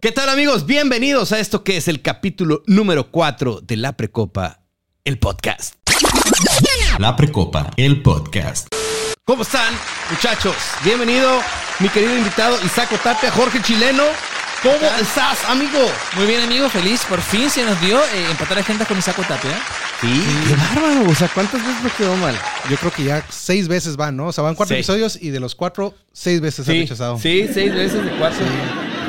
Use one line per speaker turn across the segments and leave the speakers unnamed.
¿Qué tal amigos? Bienvenidos a esto que es el capítulo número 4 de La Precopa, el podcast.
La Precopa, el podcast.
¿Cómo están muchachos? Bienvenido mi querido invitado Isaac Otate, Jorge Chileno. ¿Cómo estás amigo?
Muy bien, amigo, feliz. Por fin se nos dio eh, empatar a gente con Isaac Tapia. ¿eh?
Sí,
Qué bárbaro, o sea, ¿cuántas veces me quedó mal? Yo creo que ya seis veces van, ¿no? O sea, van cuatro
Sí.
episodios y de los cuatro, seis veces han rechazado.
sí, seis veces de cuatro.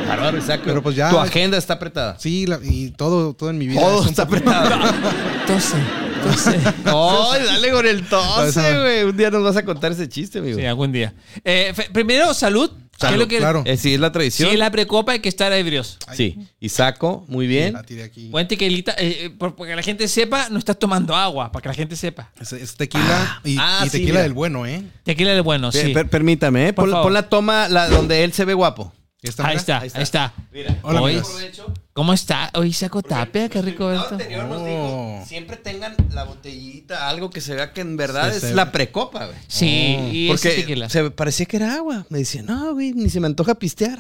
Bárbaro, Isaac.
Pero pues ya-
Tu agenda está apretada.
Sí, la- y todo, todo en mi vida. es
Todo
un
está
poco-
apretado.
Entonces, entonces.
¡Ay, dale con el tose,
Pásame.
güey! Un día nos vas a contar ese chiste, amigo.
Sí, algún día. Eh, fe- primero, salud. ¿Qué es lo que-
claro.
Eh, sí, es la
Si
tradición.
es la precopa, hay que estar ebrios.
Sí. Y saco, muy bien.
La tiré aquí.
Puente que elita, eh, eh, por- para que la gente sepa, no estás tomando agua, para que la gente sepa.
Es, es tequila y,
Ah,
y
sí,
tequila
mira.
del bueno, ¿eh?
Y aquí la del bueno,
Pe-
sí.
per- permítame, ¿eh?
Por
Pon,
favor.
pon la toma la, donde él se ve guapo.
Y esta,
Ahí
mira.
está, ahí está.
está.
Hola,
Hoy-
amigos.
¿Cómo está? Hoy Isaac Tapia, qué rico esto.
nos dijo, Oh.
siempre tengan la botellita, algo que se vea que en verdad
Sí,
es
se
la
ve.
precopa, güey.
Sí, y ese
Porque
tequila.
se parecía que era agua. Me decía, no, güey, ni se me antoja pistear.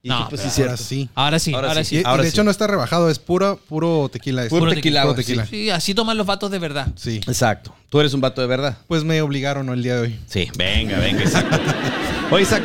Y
No,
dije, pues sí,
pero
Ahora
cierto.
sí.
Ahora sí,
Ahora
ahora,
sí.
Y, y
sí.
ahora
de hecho no está rebajado, es puro, puro tequila. este.
Puro tequila,
Puro
güey,
tequila. Sí.
Sí, así toman los vatos de verdad.
Exacto. Tú eres un vato de verdad.
Pues me obligaron ¿no? el día de hoy.
Sí, venga, venga, Isaac. Oye, Isaac,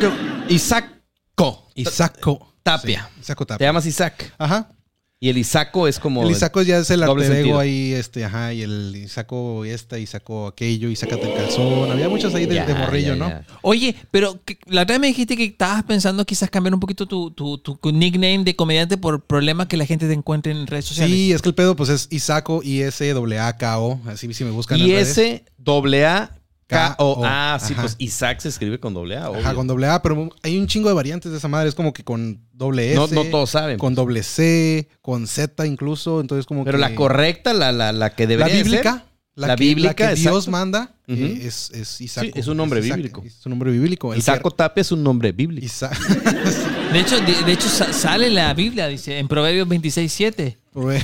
Isaco.
Isaco.
Tapia.
Sí, Isaco
Te
Tapia.
llamas Isaac.
Ajá.
Y el Isaco es como.
El Isaco ya es el
Doble
alter
sentido.
ego ahí, este, ajá, y el Isaco esta, Isaco aquello, y sácate el calzón. Había muchos ahí de,
Ya,
de morrillo,
ya,
¿no?
ya.
Oye, pero que- la otra vez me dijiste que estabas pensando quizás cambiar un poquito tu, tu- tu nickname de comediante por problemas que la gente te encuentre en redes sociales.
Sí, es que el pedo pues es Isaco, I-S-A-K-O, así si me buscan
Y
en redes.
ese doble A K O.
K-O.
Ah, sí,
Ajá.
pues Isaac se escribe con doble A.
Ajá,
obvio.
con doble A, pero hay un chingo de variantes de esa madre, es como que con doble S,
No, no todos saben.
con doble C, con Z incluso, entonces como
Pero
que-
la correcta, la, la, la que
La
debería de
bíblica,
ser.
la,
La
que,
bíblica,
la que Dios
exacto.
manda eh,
Ujú.
es, es Isaco.
Sí, es un nombre
Isaac,
bíblico.
Es un nombre bíblico. El
Isaco Tapia es un nombre
que-
bíblico.
Isa-
De hecho, de, de hecho sa- sale la Biblia, dice, en Proverbios 26, 7.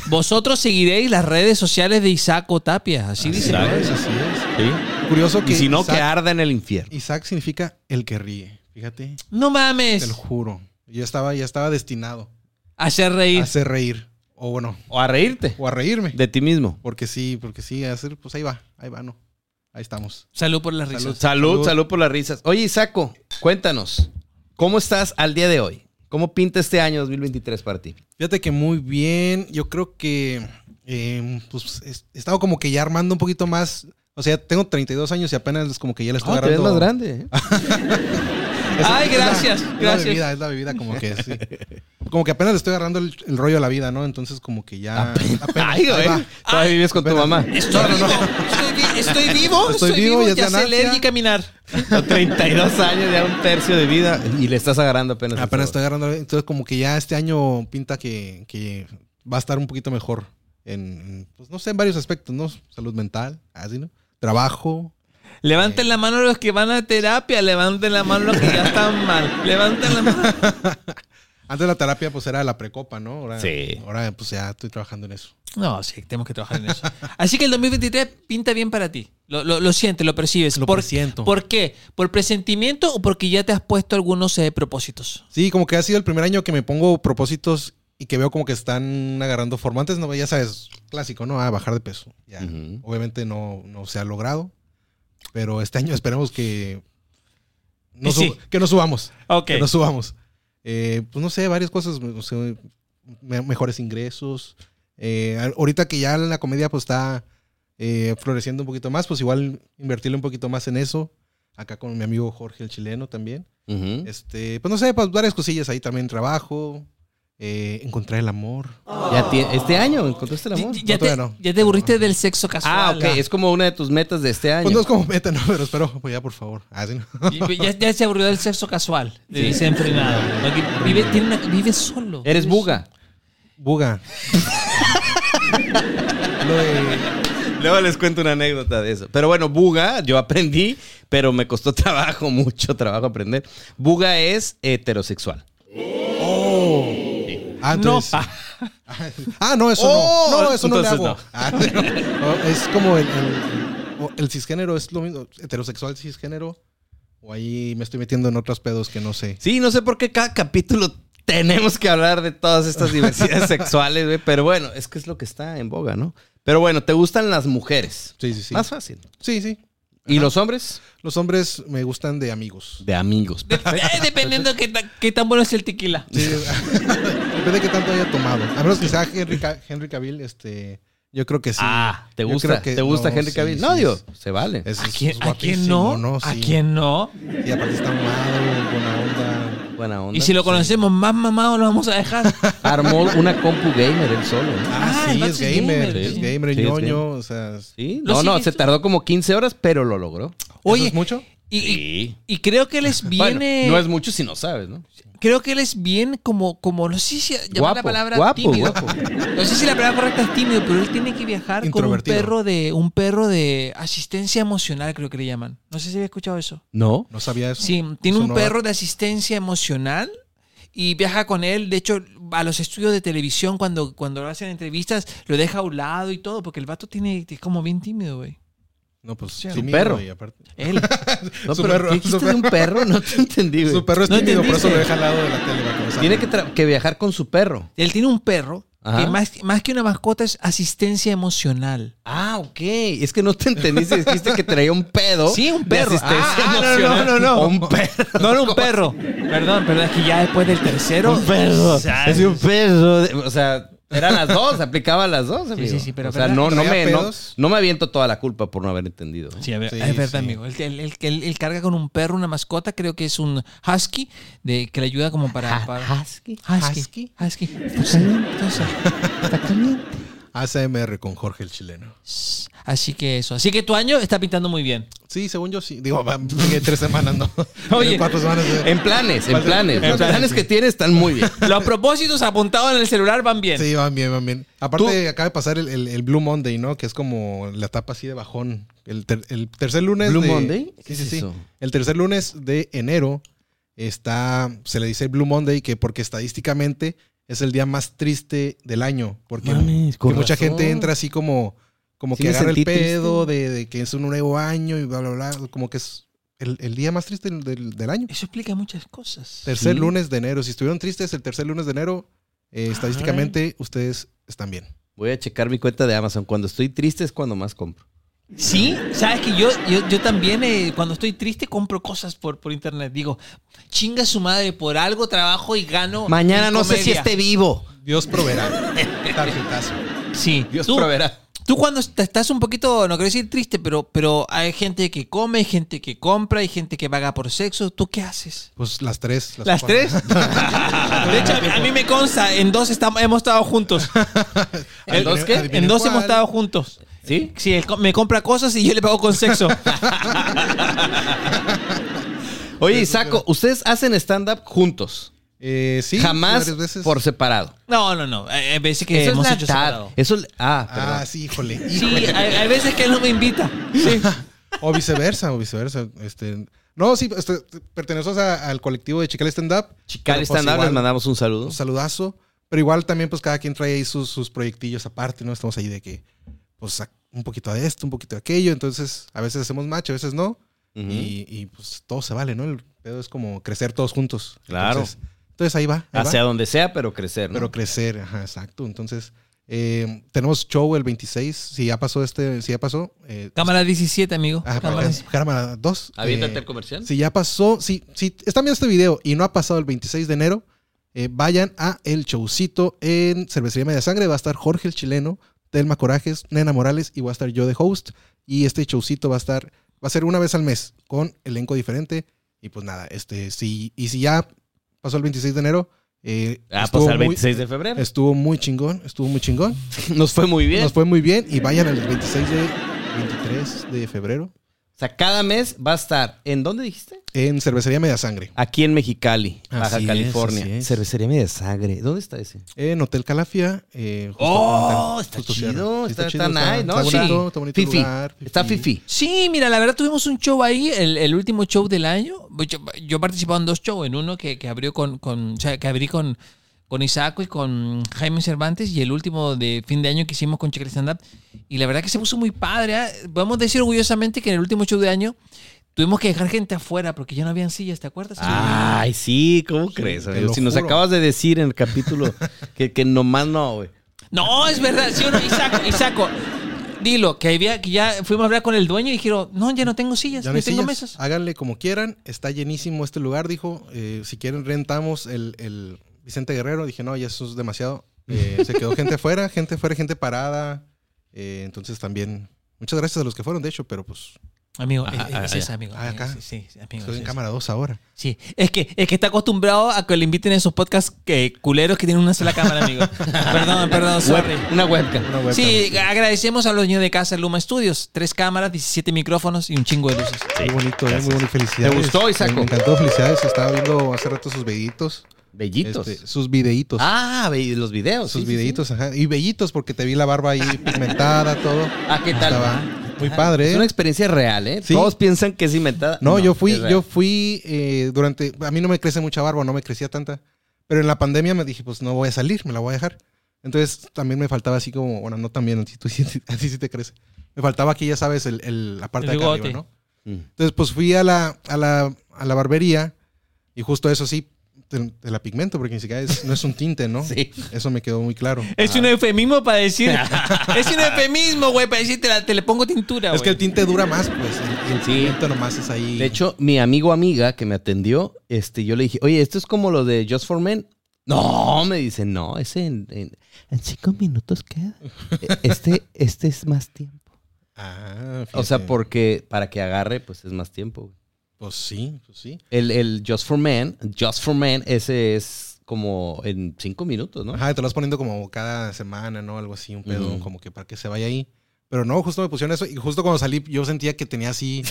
Vosotros seguiréis las redes sociales de Isaac Tapia. Así dice.
Isaac.
Así es, así es.
Sí.
Curioso que
Y si no, que
Isaac-
arda en el infierno.
Isaac significa el que ríe, fíjate.
No
Te
mames.
lo juro. Yo estaba, ya estaba destinado
Hacer
a
reír.
hacer reír. O bueno,
O a reírte
o a reírme.
de ti mismo.
Porque sí, porque sí, a hacer, pues ahí va, ahí va, no. Ahí estamos.
Salud por las risas.
Salud, salud, salud por las risas. Oye, Isaco, cuéntanos, ¿cómo estás al día de hoy? ¿Cómo pinta este año 2023 para ti?
Fíjate que muy bien. Yo creo que eh, pues es- he estado como que ya armando un poquito más. O sea, tengo 32 años y apenas como que ya le estoy
Ah, te ves
agarrando.
más grande. ¿eh?
Ay,
la-
gracias,
es la
gracias.
bebida, es la bebida como que sí. Como que apenas le estoy agarrando el, el rollo a la vida, ¿no? Entonces como que ya... apenas,
Ay,
ahí
güey.
va.
Todavía vives con tu
apenas.
mamá.
Estoy, vivo. Estoy, vi- estoy vivo.
Estoy vivo, ya es
Ya sé
ganancia.
leer y caminar.
A 32 años, ya un tercio de vida. Y le estás agarrando apenas. el sabor.
Apenas estoy agarrando. Entonces, como que ya este año pinta que, que va a estar un poquito mejor en, pues no sé, en varios aspectos, ¿no? Salud mental, así, ¿no? Trabajo.
Levanten la mano los que van a terapia. Levanten la mano los que ya están mal. Levanten la mano.
Antes la terapia, pues era la precopa, ¿no? Ahora,
Sí.
Ahora, pues ya estoy trabajando en eso.
No, sí, tenemos que trabajar en eso. Así que el 2023 pinta bien para ti. Lo, lo, lo sientes, lo percibes.
Lo
¿Por,
presiento.
¿Por qué? ¿Por presentimiento o porque ya te has puesto algunos eh, propósitos?
Sí, como que ha sido el primer año que me pongo propósitos y que veo como que están agarrando forma. Antes, no, ya sabes, clásico, ¿no? Ah, bajar de peso. Ya.
Ujú.
Obviamente no, no se ha logrado, pero este año esperemos que. No
Y sí.
sub- Que no subamos.
Ok.
que nos subamos. Eh, pues no sé, varias cosas, o sea, me- mejores ingresos. Eh, a- ahorita que ya la comedia pues está eh, floreciendo un poquito más, pues igual invertirle un poquito más en eso. Acá con mi amigo Jorge el chileno también.
Ujú.
Este, pues no sé, pues varias cosillas ahí también, trabajo, eh, encontrar el amor.
Ya ti- este año encontraste el
Ya,
amor.
ya
No,
te,
todavía no.
ya te aburriste del sexo
Ah,
casual.
ok. Es como una de tus metas de este año.
Pues no es como meta, ¿no? Pero espero, pues ya por favor. Ah, sí, ¿no?
Ya, ya se aburrió del sexo casual. De desenfrenado. Porque Vive, tiene una- vive solo.
Eres
Vive
buga.
Buga. Lo de-
Luego les cuento una anécdota de eso. Pero bueno, buga, yo aprendí, pero me costó trabajo, mucho trabajo aprender. Buga es heterosexual.
Ah, entonces-
No.
Ah, no, eso
Oh,
no. No, eso no le
entonces
hago.
no.
Ah, no. No, es como el, el- o el cisgénero, es lo mismo. Heterosexual cisgénero. O ahí me estoy metiendo en otros pedos que no sé.
Sí, no sé por qué cada capítulo tenemos que hablar de todas estas diversidades sexuales, güey. Pero bueno, es que es lo que está en boga, ¿no? Pero bueno, ¿te gustan las mujeres?
Sí, sí, sí.
Más fácil.
Sí, sí.
¿Y los hombres?
Los hombres me gustan de amigos.
De amigos.
Eh, dependiendo qué, ta- qué tan bueno es el tequila.
Sí, depende de qué tanto haya tomado. A menos que sea Henry, Ca- Henry Cavill, este, yo creo que sí.
Ah, ¿te
Yo
gusta?
creo que-
¿Te gusta
no,
Henry
sí,
Cavill?
sí,
no,
sí.
digo, se vale.
Es-
¿A
es
quién, a quién
guapísimo,
no?
Sí.
¿A quién no?
Y aparte está amado, buena onda.
Buena onda.
Y si lo conocemos más mamado, lo vamos a dejar.
Armó una compu gamer él solo, ¿no?
Ah,
Ah,
sí, es
entonces
gamer.
gamer,
Es
sí.
gamer, el
Sí, es
ñoño.
gamer.
O sea, es-
Sí,
Lo
no, no,
sigue-
se tardó como 15 horas, pero lo logró.
¿eso
Oye,
es mucho?
y, y-
Sí.
y creo que él es bien. eh,
Bueno, no es mucho si no sabes, ¿no?
Creo que él es bien como, como no sé si llamar
Guapo,
la palabra
guapo,
tímido.
guapo.
No sé si la palabra correcta es tímido, pero él tiene que viajar con un
Introvertido.
perro de un perro de asistencia emocional, creo que le llaman. No sé si había escuchado eso.
No.
No sabía eso.
Sí, tiene
Eso
un
no-
perro de asistencia emocional y viaja con él. De hecho, a los estudios de televisión cuando cuando hacen entrevistas lo deja a un lado y todo porque el vato tiene es como bien tímido, güey.
No, pues
Sí,
sí,
un
tímido,
perro.
y aparte-
Él.
No,
Su
pero
perro,
¿qué dijiste
su
de un perro? No te entendí, güey.
Su perro es
No
tímido, por eso
entendiste.
lo deja al lado de la tele. para no salga.
Tiene que, tra- que viajar con su perro.
Él tiene un perro
Ajá.
que más, más que una mascota es asistencia emocional.
Ah, ok. Es que no te entendí si dijiste que traía un pedo.
Sí, un
de
perro.
asistencia
Ah, ah, no,
emocional.
no, no, no.
O Un perro.
No era un perro. Perdón, pero es que ya después del tercero.
Un perro.
o sea,
Es un perro. de- O sea, eran las dos, aplicaba las dos, amigo.
sí, sí, pero
o sea,
¿verdad?
no, no, me,
¿Traía
no,
pedos?
no me aviento toda la culpa por no haber entendido. ¿eh?
Sí, a ver,
Sí,
es verdad,
sí.
amigo. Él, él- él- él- él carga con un perro, una mascota, creo que es un husky, de, que le ayuda como para. para-
Husky.
Ah, husky. Husky. Entonces, entonces,
ASMR con Jorge el chileno.
shh, así que eso. Así que tu año está pintando muy bien.
Sí, según yo sí. Digo, va, llegué tres semanas, ¿no?
Oye.
Oye. Cuatro semanas. sí.
En planes, en
Falta-
planes.
en
Los
planes,
planes
sí.
que tiene están muy bien.
Los propósitos apuntados en el celular van bien.
Sí, van bien, van bien. Aparte, acaba de pasar el, el- el Blue Monday, ¿no? Que es como la etapa así de bajón. El, ter- el tercer lunes.
¿Blue
de-
Monday? ¿Qué
Sí, sí,
es
sí.
eso?
El tercer lunes de enero está. Se le dice Blue Monday que porque estadísticamente es el día más triste del año. Porque
Mames,
que
con
mucha
razón.
gente entra así como. Como
Sí
que
me
agarra el
sentí triste.
pedo de, de que es un nuevo año y bla, bla, bla. Como que es el, el día más triste del- del- del año.
Eso explica muchas cosas.
Tercer
Sí.
lunes de enero. Si estuvieron tristes el tercer lunes de enero, eh, estadísticamente ustedes están bien.
Voy a checar mi cuenta de Amazon. Cuando estoy triste es cuando más compro.
Sí, sabes que yo, yo, yo también eh, cuando estoy triste compro cosas por, por internet. Digo, chinga su madre, por algo trabajo y gano.
Mañana
en
no sé si
comedia".
esté vivo.
Dios proveerá. Tarjetazo.
Sí,
este Dios
tú,
proveerá.
tú cuando est- estás un poquito, no quiero decir triste, pero, pero hay gente que come, hay gente que compra, hay gente que paga por sexo. ¿Tú qué haces?
Pues las tres.
¿Las
cuatro.
tres? De hecho, a mí, a mí me consta, en dos estamos, hemos estado juntos.
¿En dos qué?
adivinen
En dos
cuál.
hemos estado juntos.
¿Sí?
Sí, él co- me compra cosas y yo le pago con sexo.
Oye, Saco, ustedes hacen stand-up juntos.
Eh, sí.
Jamás
varias veces.
por separado.
No, no, no. Hay hay veces que
Eso es
hemos
la
hecho
edad.
separado.
Eso, ah, perdón.
Ah, sí, híjole.
Sí,
híjole.
hay, hay veces que él no me invita. Sí.
O viceversa, o viceversa. Este, no, sí, este, pertenecemos a- al colectivo de Chical Stand Up.
Chical
Pero, pues,
Stand Up, les
igual,
mandamos un saludo.
Un saludazo. Pero igual también, pues cada quien trae ahí sus, sus proyectillos aparte, ¿no? Estamos ahí de que, pues sac- un poquito de esto, un poquito de aquello. Entonces, a veces hacemos match, a veces no.
Ujú.
y, y, pues todo se vale, ¿no? El pedo es como crecer todos juntos.
Claro.
Entonces, entonces, ahí va. ahí
Hacia
va.
donde sea, pero crecer, ¿no?
Pero crecer, ajá, exacto. Entonces, eh, tenemos show el 26. Si ya pasó este, si ya pasó. eh,
Cámara 17, amigo.
Ah,
ajá,
Cámara
cámara, cámara 2.
Aviéntate el
eh,
comercial.
si ya pasó, si, si están viendo este video y no ha pasado el 26 de enero, eh, vayan a el showcito en Cervecería Media Sangre. Va a estar Jorge el Chileno, Telma Corajes, Nena Morales y voy a estar yo de host. Y este showcito va a estar, va a ser una vez al mes con elenco diferente. Y pues nada, este, si, y si ya pasó el 26 de enero. eh,
ah,
estuvo
pues al
muy-
26 de febrero.
Estuvo muy chingón, estuvo muy chingón.
Nos fue muy bien.
Nos fue muy bien y vayan al 26 de 23 de febrero
O sea, cada mes va a estar. ¿En dónde dijiste?
en Cervecería Media Sangre,
Aquí en Mexicali, Baja
Así es,
California.
así es.
Cervecería Media Sangre. ¿Dónde está ese?
en Hotel Calafia. eh, justo-
Oh, está
justo
chido.
Sierra. Sí,
Está, está nice, ¿no?
Está
Sí.
bonito, está bonito
Fifi.
lugar,
Está Fifi.
Sí, mira, la verdad tuvimos un show ahí, el, el último show del año. Yo, yo participaba en dos shows, en uno que, que abrió con, con o sea, que abrí con, con Isaaco y con Jaime Cervantes y el último de fin de año que hicimos con ¿ah? Checker Stand Up. Y la verdad que se puso muy padre. ¿eh? Podemos decir orgullosamente que en el último show de año Tuvimos que dejar gente afuera porque ya no habían sillas, ¿te acuerdas?
Ay, sí, ¿cómo crees?
te
amigo?
lo
Si nos
juro.
acabas de decir en el capítulo que, que nomás no, güey.
No, es verdad, sí o no, Isaco, Isaco. Dilo, que, había, que ya fuimos a hablar con el dueño y dijeron, no, ya no tengo sillas,
Ya no
ni
hay
tengo
sillas.
mesas.
Háganle como quieran. Está llenísimo este lugar, dijo. Eh, si quieren, rentamos el, el Vicente Guerrero. Dije, no, ya eso es demasiado. Eh, se quedó gente afuera, gente afuera, gente parada. Eh, entonces también, muchas gracias a los que fueron, de hecho, pero pues
Amigo,
Ajá,
es, es
ah,
ese amigo.
Ah, acá.
Sí, sí, sí, amigo.
estoy
sí, sí.
en cámara 2 ahora.
Sí, es que, es que está acostumbrado a que le inviten a esos podcasts que, culeros que tienen una sola cámara, amigo. perdón, perdón, sorry.
Web- una webcam.
Una webcam.
Sí, agradecemos a los niños de casa Luma Studios. Tres cámaras, 17 micrófonos y un chingo de luces.
Muy bonito, eh, muy bonito. Felicidades.
¿Te gustó, Isaco?
Me encantó, felicidades. Estaba viendo hace rato sus videitos.
Bellitos.
Este, sus videitos.
Ah, ve- los videos.
sus
sí, sí, sí.
videitos, ajá. Y bellitos, porque te vi la barba ahí pigmentada, todo.
Ah, ¿qué tal?
Estaba muy padre.
Es
¿eh?
una experiencia real, ¿eh?
Sí.
Todos piensan que es inventada.
No, yo fui,
es real.
yo fui eh, durante. A mí no me crece mucha barba, no me crecía tanta. Pero en la pandemia me dije, pues no voy a salir, me la voy a dejar. Entonces también me faltaba así como, bueno, no también, a ti, tú sí te- a ti sí te crece. Me faltaba aquí, ya sabes, el, el- la parte
El
de acá
bigote.
arriba, ¿no?
Mm.
Entonces, pues fui a la, a la, a la barbería y justo eso sí, te, te la pigmento, porque ni siquiera es, no es un tinte, ¿no?
Sí.
Eso me quedó muy claro.
Es un eufemismo para decir. es un eufemismo, güey, para decir, te, la- te le pongo tintura,
Es que el
güey.
tinte dura más, pues. Y el
Sí.
pigmento nomás es ahí.
De hecho, mi amigo o amiga que me atendió, este, yo le dije, oye, esto es como lo de Just for Men. No, me dice, no, ese en, en- en cinco minutos queda. E- Este, este es más tiempo.
Ah,
O sea,
fíjate.
porque para que agarre, pues es más tiempo. güey.
Pues sí, pues sí.
El, el Just for Men, Just for Men, ese es como en cinco minutos, ¿no?
Ajá, te lo vas poniendo como cada semana, ¿no? Algo así, un pedo,
Ujú.
como que para que se vaya ahí. Pero no, justo me pusieron eso y justo cuando salí yo sentía que tenía así.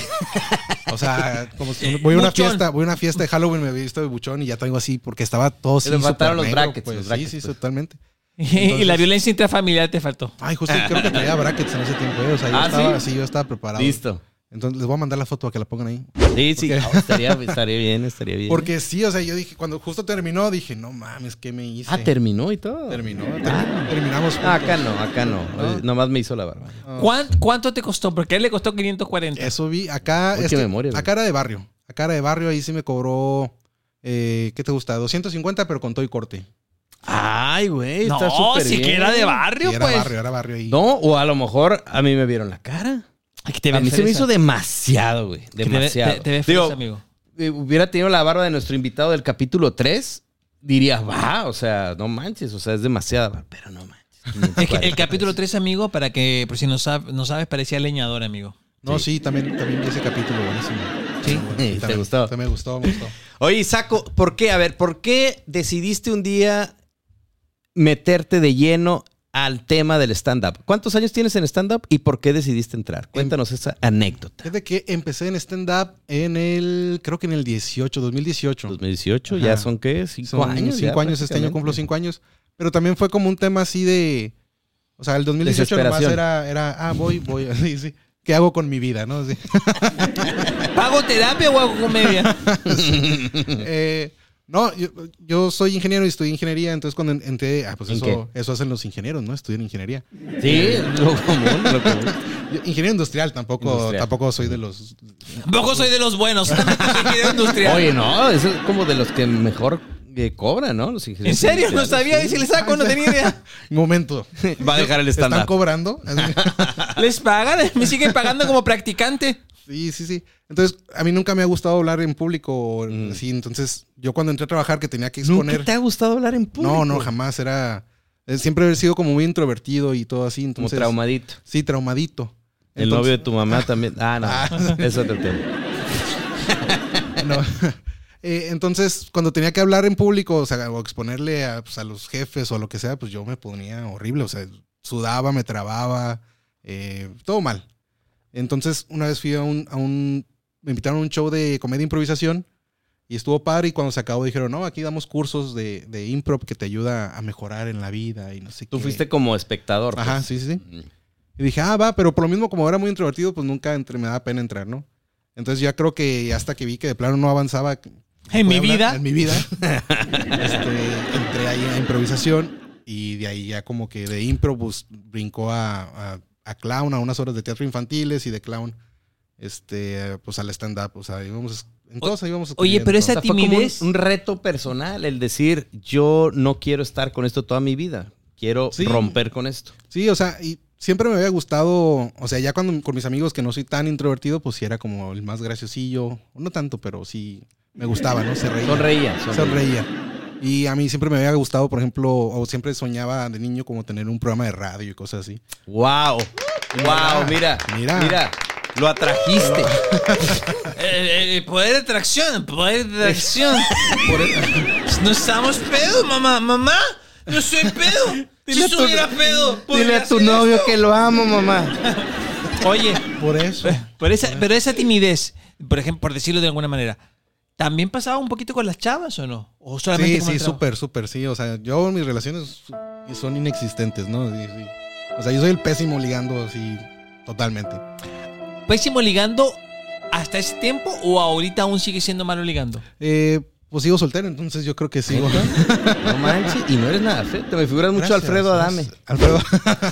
o sea, como si voy a una
Buchón.
fiesta, voy a una fiesta de Halloween, me he visto de buchón y ya traigo así porque estaba todo así.
Le faltaron
súper
los
negro,
brackets,
pues.
los brackets,
sí, sí,
pues.
totalmente.
y la
entonces-
violencia intrafamiliar te faltó.
Ay, justo creo que traía brackets en ese tiempo, ¿eh? O sea, yo
Ah,
estaba
¿sí?
así, yo estaba preparado.
Listo.
Entonces les voy a mandar la foto a que la pongan ahí.
Sí, sí,
Ok.
no, estaría, estaría bien, estaría bien.
Porque sí, o sea, yo dije, cuando justo terminó, dije, no mames, ¿qué me hice?
Ah, terminó y todo.
terminó. ter-
Ah.
Terminamos.
Ah, acá
juntos.
no, acá no.
¿No?
Eh, Nomás me hizo la barba.
Ah.
¿Cuán- ¿Cuánto te costó? Porque a él le costó 540.
Eso vi. Acá.
Uy,
es
qué
que-
memoria, güey.
Acá era de barrio. Acá era de barrio. Ahí sí me cobró. eh, ¿Qué te gusta? 250, pero con todo y corte.
Ay, güey,
no, si que era de barrio,
Y era
pues.
barrio, era barrio ahí.
No, o a lo mejor a mí me vieron la cara.
Ay, que te
a
ven
mí se me
fresa.
hizo demasiado, güey.
Que te ve-
Demasiado.
Te, te ves
Digo,
amigo.
eh, hubiera tenido la barba de nuestro invitado del capítulo 3, dirías, va, o sea, no manches, o sea, es demasiada barba, pero no manches.
Es que el capítulo 3, amigo, para que, por si no, sab- no sabes, parecía leñador, amigo.
No, sí, también, también vi ese capítulo buenísimo.
Sí.
bueno,
¿Te
también-
gustó?
Me gustó, me gustó.
Oye, Isaco, ¿por qué? A ver, ¿por qué decidiste un día meterte de lleno al tema del stand-up? ¿Cuántos años tienes en stand-up y por qué decidiste entrar? Cuéntanos esa anécdota.
Desde que empecé en stand-up en el. Creo que en el 18, 2018.
2018,
Ajá.
ya son qué? Cinco
Son
años. ya
Cinco años. Este año cumplo
prácticamente.
cinco años. Pero también fue como un tema así de. O sea, el 2018 nomás
Desesperación.
era, era. Ah, voy, voy. Sí, sí. ¿Qué hago con mi vida? ¿No? Sí.
¿Pago terapia o hago comedia?
Eh, no, yo, yo soy ingeniero y estudié ingeniería, entonces cuando en- entré, ah, pues
¿En
eso, eso hacen los ingenieros, ¿no? Estudian ingeniería.
Sí, lo común, lo común.
Yo- ingeniero industrial tampoco,
Industrial.
tampoco soy de los.
Tampoco soy de los buenos. solamente soy ingeniero industrial.
Oye, no, eso es como de los que mejor eh, cobran, ¿no? Los ingenieros
¿En serio? No
industriales,
sabía
sí.
decir el saco, no tenía idea.
Momento.
Va a dejar el
¿Están
estándar.
cobrando?
¿Les pagan? ¿Me siguen pagando como practicante?
sí, sí, sí. Entonces, a mí nunca me ha gustado hablar en público. o
Mm.
así, entonces, yo cuando entré a trabajar que tenía que
¿Nunca
exponer.
te ha gustado hablar en público?
No, no, jamás. Era. eh, Siempre he sido como muy introvertido y todo así.
Como
Entonces,
traumadito.
Sí, traumadito.
El novio de tu mamá también. Ah, no. Es otro tema.
No. Eh, entonces, cuando tenía que hablar en público, o sea, o exponerle a, pues, a los jefes o a lo que sea, pues yo me ponía horrible, o sea, sudaba, me trababa, eh, todo mal. Entonces, una vez fui a un, a un- me invitaron a un show de comedia e improvisación y estuvo padre y cuando se acabó dijeron, no, aquí damos cursos de, de improv que te ayuda a mejorar en la vida y no sé
Tú
qué.
fuiste como espectador.
Ajá,
pues.
sí, sí, sí. Y dije, ah, va, pero por lo mismo, como era muy introvertido, pues nunca entre, me daba pena entrar, ¿no? Entonces ya creo que hasta que vi que de plano no avanzaba.
En mi
podía hablar-
vida.
En mi vida. este, entré ahí a improvisación y de ahí ya como que de impro pues, brincó a, a- a clown, a unas horas de teatro infantiles y de clown. este, pues al stand-up. O sea, íbamos, entonces íbamos
oye, pero
escribiendo.
esa
O sea, fue como un,
timidez.
un reto personal el decir, yo no quiero estar con esto toda mi vida. Quiero
Sí.
romper con esto.
Sí, o sea, y siempre me había gustado, o sea, ya cuando con mis amigos que no soy tan introvertido, pues sí era como el más graciosillo, no tanto, pero sí me gustaba, ¿no? Se reía.
Sonreía. sonreía.
Sonreía. Y a mí siempre me había gustado, por ejemplo, o siempre soñaba de niño como tener un programa de radio y cosas así.
Wow. Wow, mira. Mira.
Mira.
Lo atrajiste.
El, el Eh, poder de atracción, el poder de atracción. no estamos pedo, mamá, mamá. No soy pedo.
Dile a
si
tu-
estuviera pedo,
Dile
podría
a tu
hacer
novio
esto.
que lo amo, mamá. Eh,
Oye,
Por eso.
pero
eh.
esa, pero esa timidez, por ejemplo, por decirlo de alguna manera, ¿también pasaba un poquito con las chavas o no? O solamente
Sí,
con
sí,
el trabajo?
súper, súper, sí. O sea, yo mis relaciones son inexistentes, ¿no? Sí, sí. O sea, yo soy el pésimo ligando así totalmente.
¿Pésimo ligando hasta ese tiempo o ahorita aún sigue siendo malo ligando?
Eh, pues sigo soltero, entonces yo creo que sigo.
No manches. Y no eres nada feo. Te me figuras mucho a
Gracias,
Alfredo Adame.
gracias. Alfredo,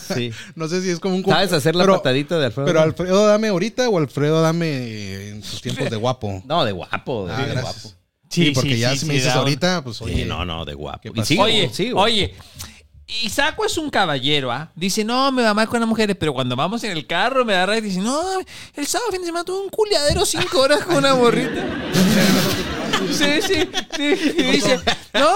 Sí.
no sé si es como un...
¿Sabes hacer la
pero-
patadita de Alfredo?
Pero
Adame?
Alfredo Adame ahorita o Alfredo Adame en sus tiempos de guapo.
No, de guapo. De,
Ah,
de
gracias.
guapo.
Sí, porque ya si me dices
da un-
ahorita, pues
Sí,
oye,
no, no, de guapo.
¿Qué
Y
pasó?
sigo,
Oye,
sigo.
oye. Isaco es un caballero, ¿ah? Dice, no, me va mal con las mujeres, pero cuando vamos en el carro me agarra y dice, no, el sábado fin de semana tuve un culiadero cinco horas con una morrita. Sí, sí, sí. Y dice, no,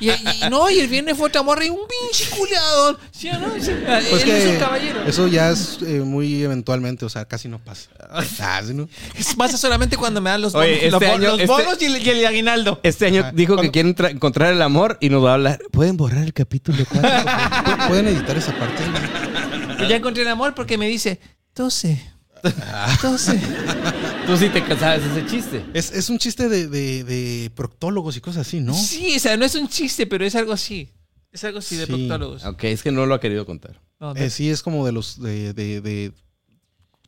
y, y- no, y el viernes fue otra morra y un pinche culiador. ¿Sí o no? Sí.
Pues
Él es un
que
caballero.
eso ya es eh, muy eventualmente, o sea, casi no pasa. Ah, sí, ¿no?
Pasa solamente cuando me dan los bonos,
Oye, este
los, bo-
año-
los
este-
bonos y, el, y el aguinaldo.
Este año
Ah,
dijo que
cuando-
quieren tra- encontrar el amor y nos va a hablar. ¿Pueden borrar el capítulo 4?
¿Pu- ¿Pueden editar esa parte?
Pues ya encontré el amor porque me dice, tose,
Ah.
tose.
Tú sí te casabas ese chiste.
Es, es un chiste de, de- de proctólogos y cosas así, ¿no?
Sí, o sea, no es un chiste, pero es algo así. Es algo así de
Sí.
proctólogos.
Ok, es que no lo ha querido contar.
No, de-
Eh, sí, es como de los de, de- de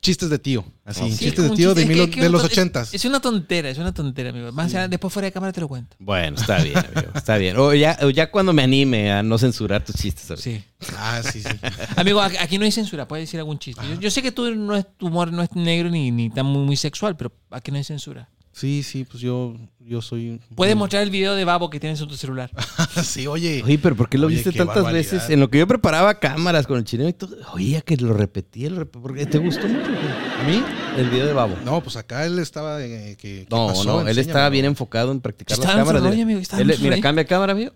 chistes de tío. Así,
Ok.
sí,
chistes
como
de
un
tío
chiste.
de,
Es que-
mil o-
es que
de
un
los
ton- es-
ochentas.
Es, una tontera, es una tontera, amigo. Más allá, después fuera de cámara te lo cuento.
Bueno, está bien, amigo, está bien. O ya, o ya cuando me anime a no censurar tus chistes. ¿sabes?
Sí.
Ah, sí, sí.
Amigo, a- aquí no hay censura, puedes decir algún chiste. Yo, yo sé que tú no es, tu humor no es negro ni, ni tan muy, muy sexual, pero aquí no hay censura.
Sí, sí, pues yo, yo soy...
Puedes mostrar el video de Babo que tienes en tu celular.
Sí, oye.
Oye, pero ¿por qué lo
Oye,
viste
qué
tantas
barbaridad.
veces? En lo que yo preparaba cámaras con el chino y todo. Oía que lo repetía. Lo rep- porque ¿Te gustó mucho? güey?
¿A mí?
El video de Babo.
No, pues acá él estaba... eh, que, ¿qué
No,
pasó?
no, él estaba
Enséñamelo.
bien enfocado en practicar las
Estaba en su
cámaras.
rollo, amigo, estaba en
Él-
su
mira,
rollo.
cambia cámara, amigo.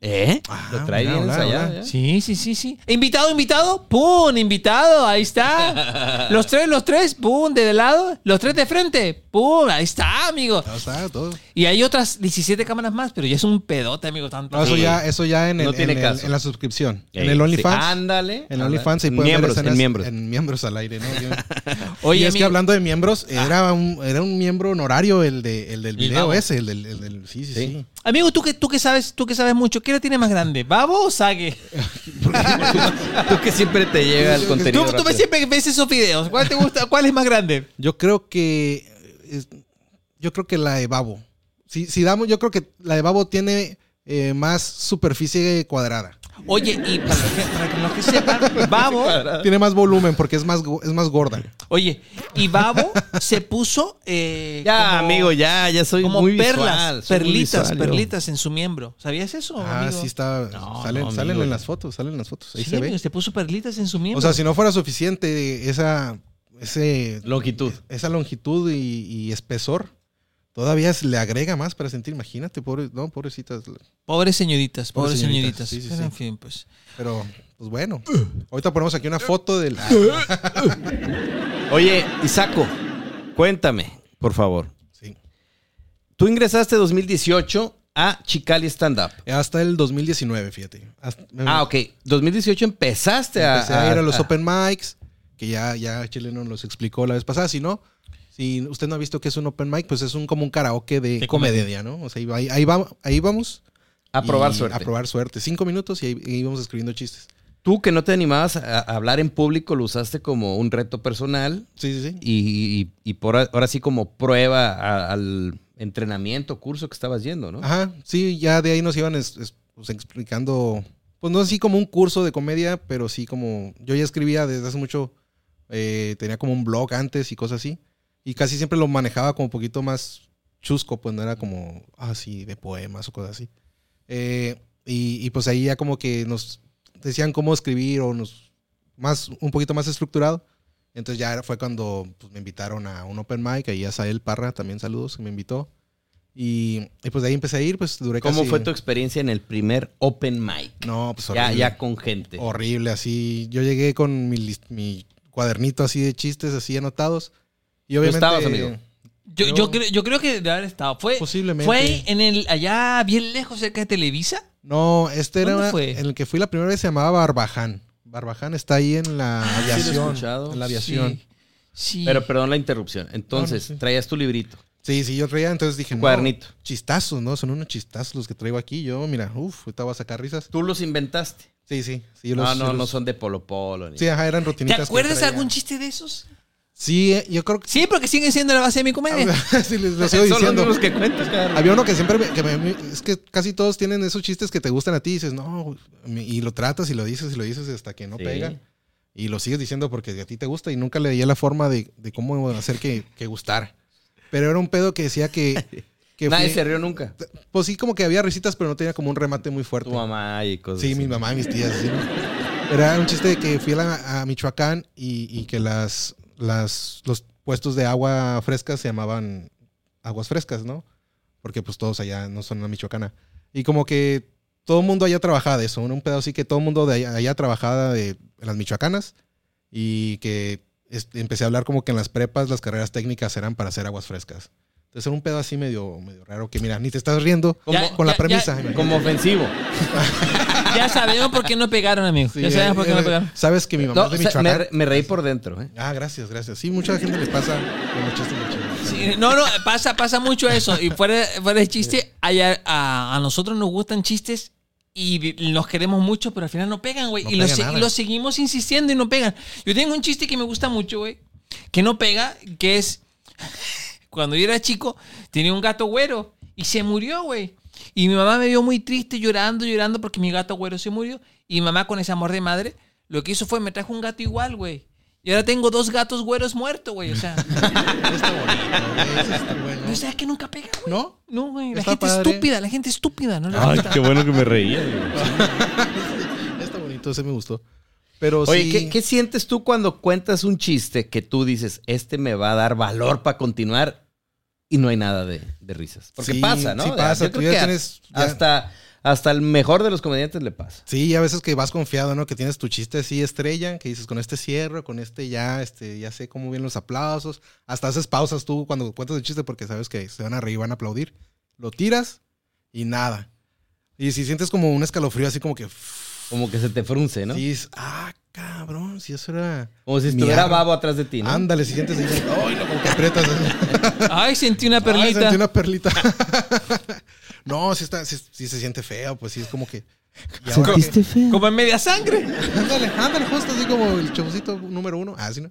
¿Eh?
Ah,
lo trae
mira,
bien
hola,
ensayado.
hola.
ya.
Sí, sí, sí, sí. E Invitado, invitado. ¡Pum! Invitado, ahí está. Los tres, los tres. ¡Pum! De lado. Los tres de frente. ¡Pum! Ahí está, amigo.
Ya está, Ah, todo.
Y hay otras 17 cámaras más, pero ya es un pedote, amigo. Tanto.
No, eso
Sí.
ya, eso ya en, el,
No tiene
en, el-
caso.
en la suscripción.
Ey,
en el
sí,
OnlyFans.
Ándale.
Ah, en
ándale.
el OnlyFans se
En
pueden ver
miembros,
escenas
en miembros.
En miembros al aire, ¿no? Yo-
Oye,
y es que
amigo,
hablando de miembros, era, un, era un miembro honorario el, de, el del video
Babo.
ese, el del, el del- Sí, sí,
Sí.
sí.
amigo, tú que tú que sabes, tú que sabes mucho, ¿qué la tiene más grande? ¿Babo o Sage?
Tú que siempre te llega el
Tú,
contenido.
tú ves
rápido.
siempre ves esos videos. ¿Cuál te gusta? ¿Cuál es más grande?
Yo creo que. es- yo creo que la de Babo. Si, si damos, yo creo que la de Babo tiene eh, más superficie cuadrada.
Oye, y para los que, para que los que sepan, Babo,
Ah.
Tiene más volumen porque es más, go- es más gorda.
oye, y Babo se puso eh,
Ya,
como-
amigo, ya, ya soy
como
muy
perlas,
visual, soy muy
perlitas,
visual, yo.
perlitas en su miembro. ¿Sabías eso,
Ah,
Oh, amigo?
sí está.
No,
salen
no,
salen
amigo.
en las fotos, salen en las fotos. Ahí
Sí,
se ve.
amigo, se puso perlitas en su miembro.
O sea, si no fuera suficiente esa, ese,
Longitud.
esa longitud y, y espesor, todavía se le agrega más para sentir. Imagínate, pobre, no, pobrecitas.
pobres señoritas, pobres,
Pobres
señoritas.
señoritas, sí, sí, sí.
En fin, pues.
Pero, pues bueno. Ahorita ponemos aquí una foto del.
Ah. Oye, Isaco, cuéntame, por favor.
Sí.
Tú ingresaste 2018 a Chicali Stand Up.
Eh, Hasta el 2019, fíjate. Hasta-
Ah, ok. Ah, 2018 empezaste a,
Empecé a ir a los open mics, que ya, ya Chileno nos los explicó la vez pasada. Si no, si usted no ha visto que es un open mic, pues es un como un karaoke de,
De comedia.
comedia, ¿no? O sea, ahí, ahí va- ahí vamos.
a probar
y-
suerte.
A probar suerte. Cinco minutos y ahí y íbamos escribiendo chistes.
Tú que no te animabas a, a hablar en público, lo usaste como un reto personal
Sí, sí, sí.
y, y- y por a- ahora sí como prueba a- al entrenamiento, curso que estabas yendo, ¿no?
Ajá, sí, ya de ahí nos iban es- es- pues, explicando, pues no así como un curso de comedia, pero sí como, yo ya escribía desde hace mucho, eh, tenía como un blog antes y cosas así, Y casi siempre lo manejaba como un poquito más chusco, pues no era como así de poemas o cosas así. Eh, y, y, pues ahí ya como que nos decían cómo escribir o nos más un poquito más estructurado. Entonces ya fue cuando pues, me invitaron a un open mic, ahí a Sael Parra también saludos, que me invitó. Y, y, pues de ahí empecé a ir, pues duré
¿Cómo
casi-
fue tu experiencia en el primer open mic?
No, pues
Ya,
horrible.
ya con gente.
Horrible, así. Yo llegué con mi, lis- mi cuadernito así de chistes, así anotados. Y obviamente...
estabas, amigo?
Yo,
Yo-
yo creo, yo creo que de haber estado. Fue,
Posiblemente.
fue en el, allá bien lejos, cerca de Televisa.
No, este era
¿Dónde
una-
fue?
en el que fui la primera vez se llamaba Barbaján. Barbaján está ahí en la
Ah, lo he
aviación.
escuchado.
en la aviación.
Sí. sí.
Pero perdón la interrupción. Entonces,
No, no, sí.
traías tu librito,
Sí, sí, yo traía, entonces dije,
tu
no,
cuadernito.
chistazos, ¿no? Son unos chistazos los que traigo aquí. Yo, mira, uff, ahorita voy a sacar risas.
Tú los inventaste.
Sí, sí. sí yo
No,
los-
no,
yo
no
los-
son de Polo Polo. ni-
Sí, ajá, eran
¿Te
rutinitas. que
acuerdas de
traía.
algún chiste de esos?
Sí, eh, yo creo que...
Sí, porque siguen siendo la base de mi comedia.
sí, les lo sigo
Eh. Son los
diciendo.
mismos que cuentas, cabrón.
Había uno que siempre me- que me- es que casi todos tienen esos chistes que te gustan a ti y dices, no, y lo tratas y lo dices y lo dices hasta que no
Sí.
pega. Y lo sigues diciendo porque a ti te gusta y nunca le di la forma de, de cómo hacer que, que gustar. Pero era un pedo que decía que... que
Nadie
fui-
se rió nunca.
pues sí, como que había risitas, pero no tenía como un remate muy fuerte.
Tu mamá y cosas
Sí,
así.
mi mamá y mis tías. sí, ¿no? Era un chiste de que fui a, la- a Michoacán y, y que las, las, los puestos de agua fresca se llamaban aguas frescas, ¿no? Porque pues todos allá no son una michoacana. Y como que todo el mundo allá trabajaba de eso, ¿no? un pedo así que todo el mundo de allá, allá trabajaba de las michoacanas y que este, empecé a hablar como que en las prepas las carreras técnicas eran para hacer aguas frescas. Entonces era un pedo así medio, medio raro que mira, ni te estás riendo
Ya,
con la
ya,
premisa.
ya.
imagínate.
Como ofensivo.
ya sabemos por qué no pegaron, amigo.
Sí,
ya sabemos
eh,
por qué no
eh,
pegaron.
Sabes que mi mamá
No,
es de
o sea, me,
Michoacán.
re- me reí por dentro. ¿eh?
Ah, gracias, gracias. Sí, mucha gente le pasa con los chistes de Chihuahua.
Sí, no, no, pasa, pasa mucho eso. Y fuera, fuera de chiste, hay a, a- a nosotros nos gustan chistes y vi- los queremos mucho, pero al final no pegan, güey.
No
y, los,
pega
se- y
nada.
los seguimos insistiendo y no pegan. Yo tengo un chiste que me gusta mucho, güey, que no pega, que es cuando yo era chico, tenía un gato güero y se murió, güey. Y mi mamá me vio muy triste, llorando, llorando porque mi gato güero se murió. Y mi mamá, con ese amor de madre, lo que hizo fue me trajo un gato igual, güey. Y ahora tengo dos gatos güeros muertos, güey. O sea,
Está bonito, güey, ese está bueno.
pero ¿sabes que nunca pega, güey?
¿No?
No, güey, la
Está
gente
padre.
estúpida, la gente estúpida, ¿no? La gente-
bueno que me reía.
Está bonito, ese me gustó. Pero
Oye,
Pues sí.
¿qué, qué sientes tú cuando cuentas un chiste que tú dices, este me va a dar valor para continuar y no hay nada de, de risas? Porque
Sí,
pasa, ¿no?
sí pasa,
Yo creo
tú ya
que a-
tienes- ya-
hasta, hasta el mejor de los comediantes le pasa.
Sí, a veces que vas confiado, ¿no? Que tienes tu chiste así estrella, que dices con este cierro, con este ya, este, ya sé cómo vienen los aplausos. Hasta haces pausas tú cuando cuentas el chiste porque sabes que se van a reír, van a aplaudir. Lo tiras y nada. Y si sientes como un escalofrío así como que.
Como que se te frunce, ¿no?
sí, dices, ah, cabrón, si eso era.
Como si
mi
estuviera
arma".
babo atrás de ti, ¿no?
Ándale, si sientes ahí. Ay, no, como que aprietas.
Ay, sentí una perlita.
Ay, sentí una perlita. no, si, está, si, se siente feo, pues sí, es como que. y ahora que-
Como en media sangre.
Ándale, ándale, justo así como el chabucito número uno. Ah, sí, ¿no?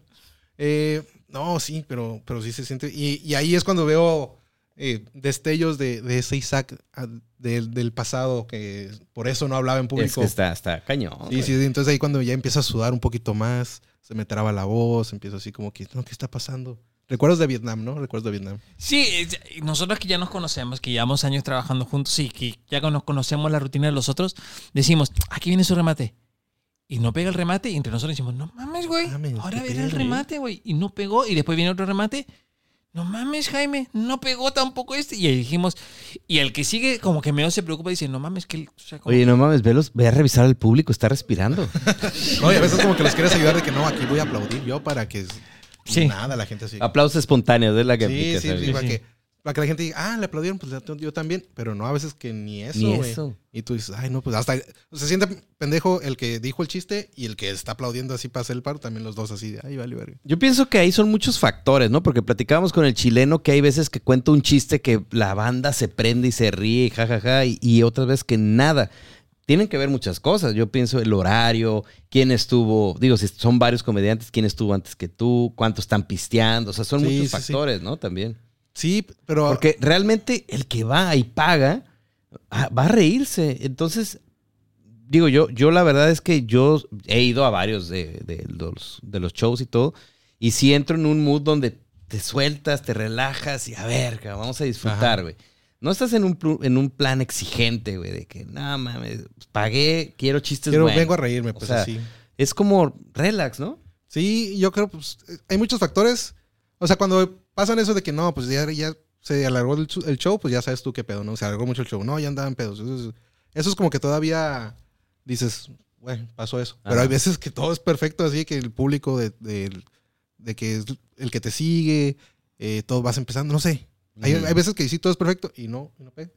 Eh, no, sí, pero, pero sí se siente. Y, y ahí es cuando veo eh, destellos de, de ese Isaac ah, del, del pasado, que por eso no hablaba en
Es
público.
que está, está cañón.
Sí,
güey.
sí, entonces ahí cuando ya empiezo a sudar un poquito más, se me traba la voz, empiezo así como que, no, ¿qué está pasando? Recuerdos de Vietnam, ¿no? Recuerdos de Vietnam.
Sí, es- nosotros que ya nos conocemos, que llevamos años trabajando juntos y que ya nos conocemos la rutina de los otros, decimos, aquí viene su remate. Y no pega el remate y entre nosotros decimos, no mames, güey.
Mames,
Ahora
Ah, qué
viene el
pedo,
remate, güey. Y no pegó y después viene otro remate. No mames, Jaime, no pegó tampoco este. Y ahí dijimos, y el que sigue como que medio se preocupa y dice, no mames, que... él- o sea, como-
Oye, no mames, velos, ve a revisar al público, está respirando.
No, y a veces como que los quieres ayudar de que no, aquí voy a aplaudir yo para que
Sí.
nada, la gente así.
Aplausos espontáneos, es la Ah, que
Sí,
aplicas,
sí, sí,
¿sabes?
para
Sí.
que para que la gente diga, ah, le aplaudieron, pues yo- yo también, pero no, a veces que ni eso,
Ni
güey.
eso.
Y tú dices, ay, no, pues hasta se siente pendejo el que dijo el chiste y el que está aplaudiendo así para hacer el paro, también los dos así, de, ay, vale, verga.
Yo pienso que ahí son muchos factores, ¿no? Porque platicábamos con el chileno que hay veces que cuenta un chiste que la banda se prende y se ríe y jajaja, y, y otras veces que nada. Tienen que ver muchas cosas. Yo pienso el horario, quién estuvo, digo, si son varios comediantes, quién estuvo antes que tú, cuántos están pisteando. O sea, son
Sí,
muchos
sí, sí.
factores, ¿no? También.
Sí, pero
Porque realmente el que va y paga ah, va a reírse. Entonces, digo yo, yo la verdad es que yo he ido a varios de, de los, de los shows y todo, y si entro en un mood donde te sueltas, te relajas y a ver, cabrón, vamos a disfrutar, güey. No estás en un, plu- en un plan exigente, güey, de que, no mames, pagué, quiero chistes
Quiero,
buenos".
vengo a reírme,
O
pues
sea,
así.
Es como relax, ¿no?
Sí, yo creo, pues, eh, hay muchos factores. O sea, cuando pasan eso de que no, pues ya, ya se alargó el, chu- el show, pues ya sabes tú qué pedo, ¿no? Se alargó mucho el show. No, ya andaban pedos. Eso es, eso es como que todavía dices, bueno, pasó eso. Pero
Ajá.
hay veces que todo es perfecto, así que el público de, del- de que es el que te sigue, eh, todo vas empezando, no sé. Hay,
Ujú.
hay veces que sí, todo es perfecto y no, y no pega.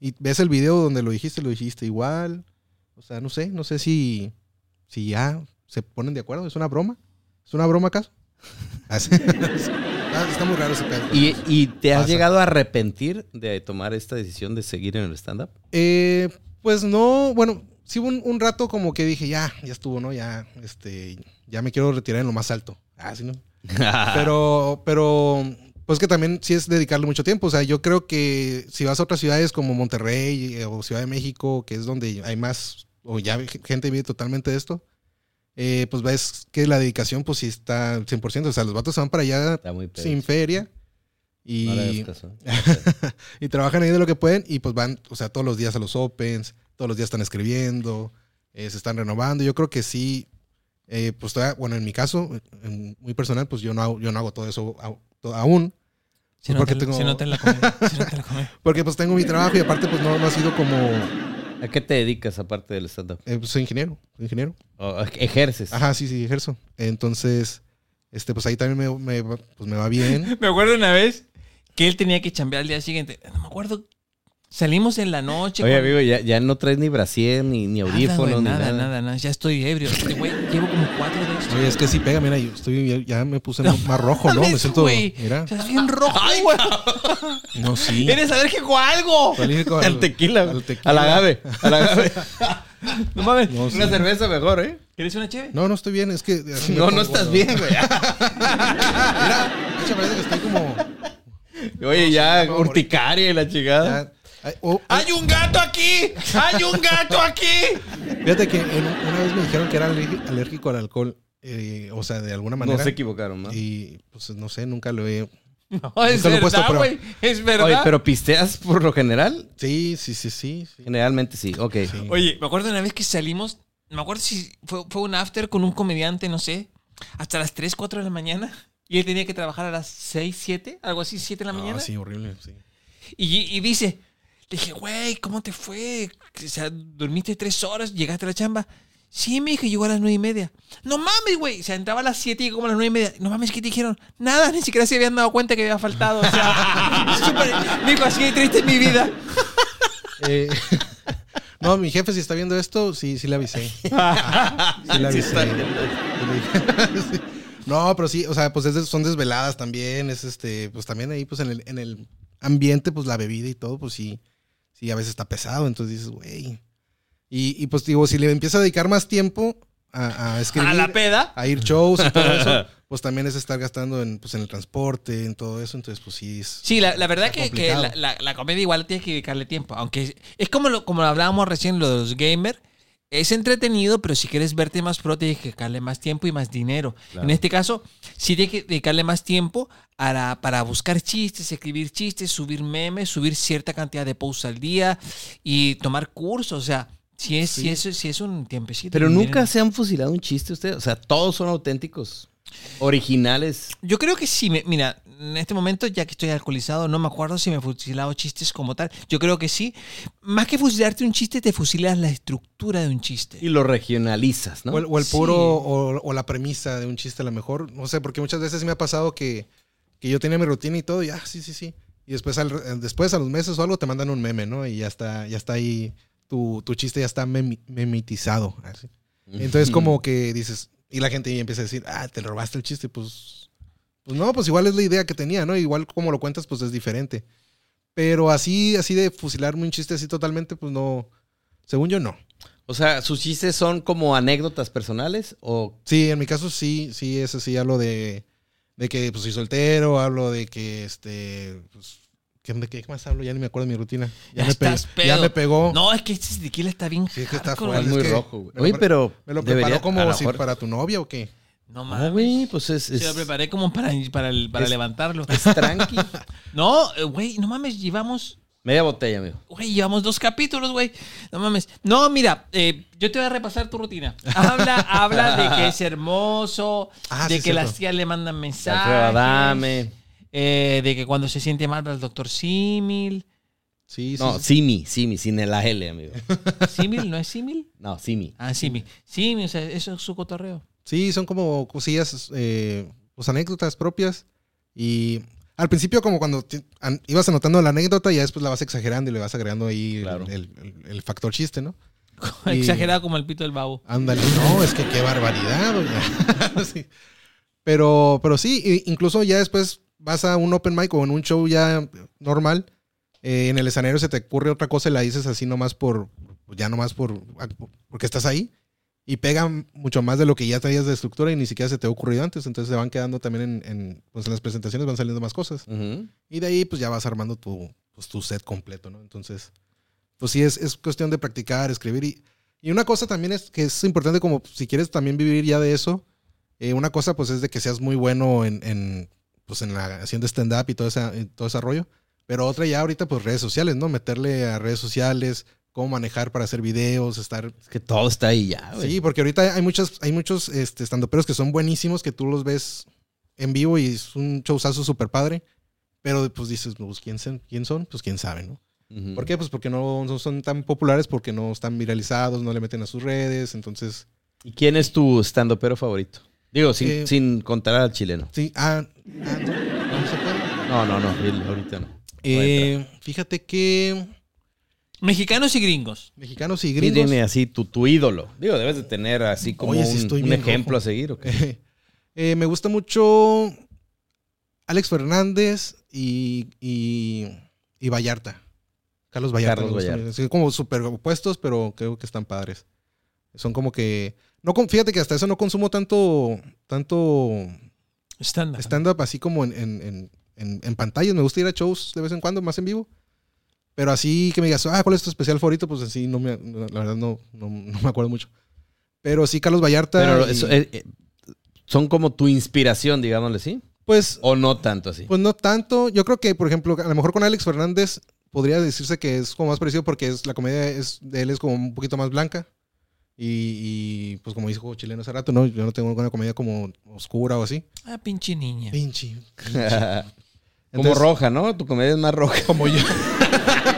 Y ves el video donde lo dijiste, lo dijiste igual. O sea, no sé, no sé si, si ya se ponen de acuerdo. ¿Es una broma? ¿Es una broma acaso? Así. Ah, está muy raro ese pedo.
¿Y, y te has
Pasa.
llegado a arrepentir de tomar esta decisión de seguir en el stand-up?
Eh, pues no, bueno, sí hubo un, un rato como que dije, ya, ya estuvo, ¿no? Ya, este, ya me quiero retirar en lo más alto. Ah, sí, ¿no? Pero, pero, pues que también sí es dedicarle mucho tiempo. O sea, yo creo que si vas a otras ciudades como Monterrey eh, o Ciudad de México, que es donde hay más, o ya ve- gente vive totalmente de esto, eh, pues ves que la dedicación, pues sí está al 100%. O sea, los vatos se van para allá
Está muy pedo.
sin feria y,
No le hagas caso.
y trabajan ahí de lo que pueden y pues van, o sea, todos los días a los opens, todos los días están escribiendo, eh, se están renovando. Yo creo que sí, eh, pues todavía- bueno, en mi caso, en- muy personal, pues yo no hago, yo no hago todo eso au- to- aún,
Se
Porque
nota,
tengo-
se nota en la comedia. se nota en la comedia.
porque pues tengo mi trabajo y aparte pues no, no ha sido como,
¿A qué te dedicas aparte del stand-up?
eh, pues soy ingeniero, soy ingeniero.
¿O ejerces?
Ajá, sí, sí, ejerzo. Entonces, este, pues ahí también me, me va- pues me va bien.
Me acuerdo una vez que él tenía que chambear al día siguiente. No me acuerdo. Salimos en la noche.
Oye,
con-
amigo, ya, ya no traes ni brasier, ni, ni
Nada, güey,
audífonos,
nada,
ni
nada,
nada.
nada, Ya estoy ebrio. Este güey, llevo como cuatro de estos.
Oye, es que sí pega, mira, yo estoy, ya me puse más rojo, ¿no? Me
Mames,
siento,
güey.
mira,
Estás bien rojo, güey.
no, sí.
Eres alérgico a algo.
Alérgico al-
Al tequila,
al
güey.
tequila.
al agave, al agave.
No mames.
No, sí.
Una cerveza mejor, ¿eh?
¿Quieres una cheve?
No, no estoy bien, es que... así me
No, no
pongo,
estás
¿no?
bien, güey.
Mira, de hecho, parece que estoy como...
Oye, ya,
no,
urticaria y la chingada.
ya- ay, oh, ay,
¡Hay un gato aquí! ¡Hay un gato aquí!
fíjate que en un- una vez me dijeron que era alergi- alérgico al alcohol, eh, o sea, de alguna manera.
No se equivocaron, ¿no?
Y pues no sé, nunca lo he...
No, es
Nunca lo he puesto a
verdad,
prueba.
güey. Es verdad.
Oye, pero pisteas por lo general.
Sí, sí, sí, sí. sí.
Generalmente sí, ok.
Sí.
Oye, me acuerdo una vez que salimos, me acuerdo si fue, fue un after con un comediante, no sé, hasta las 3, 4 de la mañana. Y él tenía que trabajar a las 6, 7, algo así, 7 de la
Ah,
mañana.
sí, horrible, sí.
Y, y dice, le dije, güey, ¿cómo te fue? O sea, dormiste 3 horas, llegaste a la chamba. Sí, me dije, llegó a las 9 y media. No mames, güey. O sea, entraba a las 7 y llegó como a las 9 y media. No mames, ¿qué te dijeron? Nada, ni siquiera se habían dado cuenta que había faltado. O sea, súper- me dijo, así de triste es mi vida.
Eh, no, mi jefe, si está viendo esto, sí, sí le avisé. Sí le
Sí
avisé.
está viendo
Sí. No, pero sí, o sea, pues es de- son desveladas también, es este, pues también ahí, pues en el, en el ambiente, pues la bebida y todo, pues sí, sí, a veces está pesado, entonces dices, güey. Y, y, pues digo, si le empieza a dedicar más tiempo a, a escribir,
A la peda.
a ir shows y todo eso, pues también es estar gastando en, pues, en el transporte, en todo eso, entonces pues sí es...
Sí, la, la verdad
Está
que, que
complicado.
la, la- la comedia igual tienes que dedicarle tiempo. Aunque es, es como lo, como lo hablábamos recién, lo de los gamers. Es entretenido, pero si quieres verte más pro, tienes que dedicarle más tiempo y más dinero.
Claro.
En este caso, sí tienes que dedicarle más tiempo a la- para buscar chistes, escribir chistes, subir memes, subir cierta cantidad de posts al día y tomar cursos. O sea, si es, si es, si es un tiempecito.
Pero
y
nunca
miren-
se han fusilado un chiste ustedes. O sea, todos son auténticos, originales.
Yo creo que sí, me- mira, en este momento, ya que estoy alcoholizado, no me acuerdo si me he fusilado chistes como tal. Yo creo que sí. Más que fusilarte un chiste, te fusilas la estructura de un
Y
chiste.
lo regionalizas, ¿no?
O el, o el
Sí.
puro o, o la premisa de un chiste a lo mejor. No sé, porque muchas veces me ha pasado que, que yo tenía mi rutina y todo, y ah, sí, sí, sí. Y después, al- eh, después a los meses o algo te mandan un meme, ¿no? Y ya está, ya está ahí, tu, tu chiste ya está memi- memitizado. así. Entonces como que dices, y la gente ya empieza a decir, ah, te robaste el chiste, pues, pues no, pues igual es la idea que tenía, ¿no? Igual como lo cuentas, pues es diferente. Pero así, así de fusilarme un chiste así totalmente, pues no, según yo no.
O sea, sus chistes son como anécdotas personales o
Sí, en mi caso sí, sí, es así, hablo de, de que pues soy soltero, hablo de que este, pues, ¿qué, de qué más hablo? Ya ni me acuerdo de mi rutina. Ya,
Ya
me, pe-
estás pedo.
ya me pegó.
No, es que este tequila está bien.
Sí, es que está
hardcore,
fuerte.
es
güey.
muy
que
rojo, güey.
me lo
Oye,
pre-
pero
¿Me lo preparó
debería- a
como
lo
si
mejor-
para tu novia o qué?
No
Ah,
mames.
güey, pues es.
Se lo
es-
preparé como para, para, el- para
Es-
levantarlo.
es tranqui.
No, eh, güey, no mames, llevamos
Media botella, amigo.
Güey, llevamos dos capítulos, güey. No mames. No, mira, eh, yo te voy a repasar tu rutina. Habla, habla de que es hermoso,
Ah,
de
sí,
que
cierto.
las tías le mandan
Alfredo
mensajes,
Adame.
eh, de que cuando se siente mal va al doctor Simil.
Sí, sí.
No,
sí.
Simi, Simi, sin la L, amigo.
¿Simil no es Simil?
No, Simi.
Ah, Simil. Simil, o sea, eso es su cotorreo.
Sí, son como cosillas, eh, pues anécdotas propias. Y al principio, como cuando te- an- ibas anotando la anécdota, ya después la vas exagerando y le vas agregando ahí el-
Claro.
el, el- el factor chiste, ¿no? Y-
Exagerado como el pito del babo.
Ándale, no, es que qué barbaridad. oye. Sí. Pero, pero sí, i- incluso ya después vas a un open mic o en un show ya normal, eh, en el escenario se te ocurre otra cosa y la dices así nomás por, ya nomás por, porque estás ahí y pega mucho más de lo que ya traías de estructura y ni siquiera se te ha ocurrido antes, entonces se van quedando también en, en, pues en las presentaciones, van saliendo más cosas.
Ujú.
Y de ahí pues ya vas armando tu, pues, tu set completo, ¿no? Entonces, pues sí, es, es cuestión de practicar, escribir. Y, y una cosa también es que es importante como si quieres también vivir ya de eso, eh, una cosa pues es de que seas muy bueno en, en, pues en la haciendo stand-up y todo, esa, y todo ese rollo. Pero otra ya ahorita pues redes sociales, ¿no? Meterle a redes sociales, cómo manejar para hacer videos, estar
Es que todo está ahí ya, güey.
Sí, porque ahorita hay muchos, hay muchos este, estandoperos que son buenísimos, que tú los ves en vivo y es un showzazo súper padre. Pero pues dices, pues, ¿quién, sen- ¿quién son? Pues quién sabe, ¿no?
Ujú.
¿Por qué? Pues porque no, no son tan populares, porque no están viralizados, no le meten a sus redes. Entonces,
¿Y quién es tu estandopero favorito? Digo, sin,
Eh,
sin contar al chileno.
sí, ah, ah, no, no se puede.
No, no, no, él ahorita no.
Eh, fíjate que
Mexicanos y gringos.
mexicanos
Sí,
y
tiene
gringos.
así tu, tu ídolo. Digo, debes de tener así como
Oye, sí
un,
estoy
un
bien
ejemplo
rojo.
a seguir. ¿o qué?
Eh, me gusta mucho Alex Fernández y, y, y Vallarta. Carlos Vallarta.
Carlos
me gusta
Vallarta.
mucho. Son como súper opuestos, pero creo que están padres. Son como que... No, con- fíjate que hasta eso no consumo tanto, tanto
Estándar.
stand-up así como en, en, en- en- en pantallas. Me gusta ir a shows de vez en cuando, más en vivo. Pero así que me digas, ah, ¿cuál es tu especial favorito? Pues así, no me, la verdad no, no, no me acuerdo mucho. Pero sí, Carlos Vallarta.
Pero
y-
eso, eh, eh, son como tu inspiración, digámosle así.
pues
O no tanto así.
Pues no tanto. Yo creo que, por ejemplo, a lo mejor con Alex Fernández podría decirse que es como más parecido porque es, la comedia es, de él es como un poquito más blanca. Y, y, pues como dijo Chileno hace rato, ¿no? Yo no tengo alguna comedia como oscura o así.
Ah, pinche niña.
Pinche.
como
Pues, Entonces-
roja, ¿no? Tu comedia es más roja. Como yo.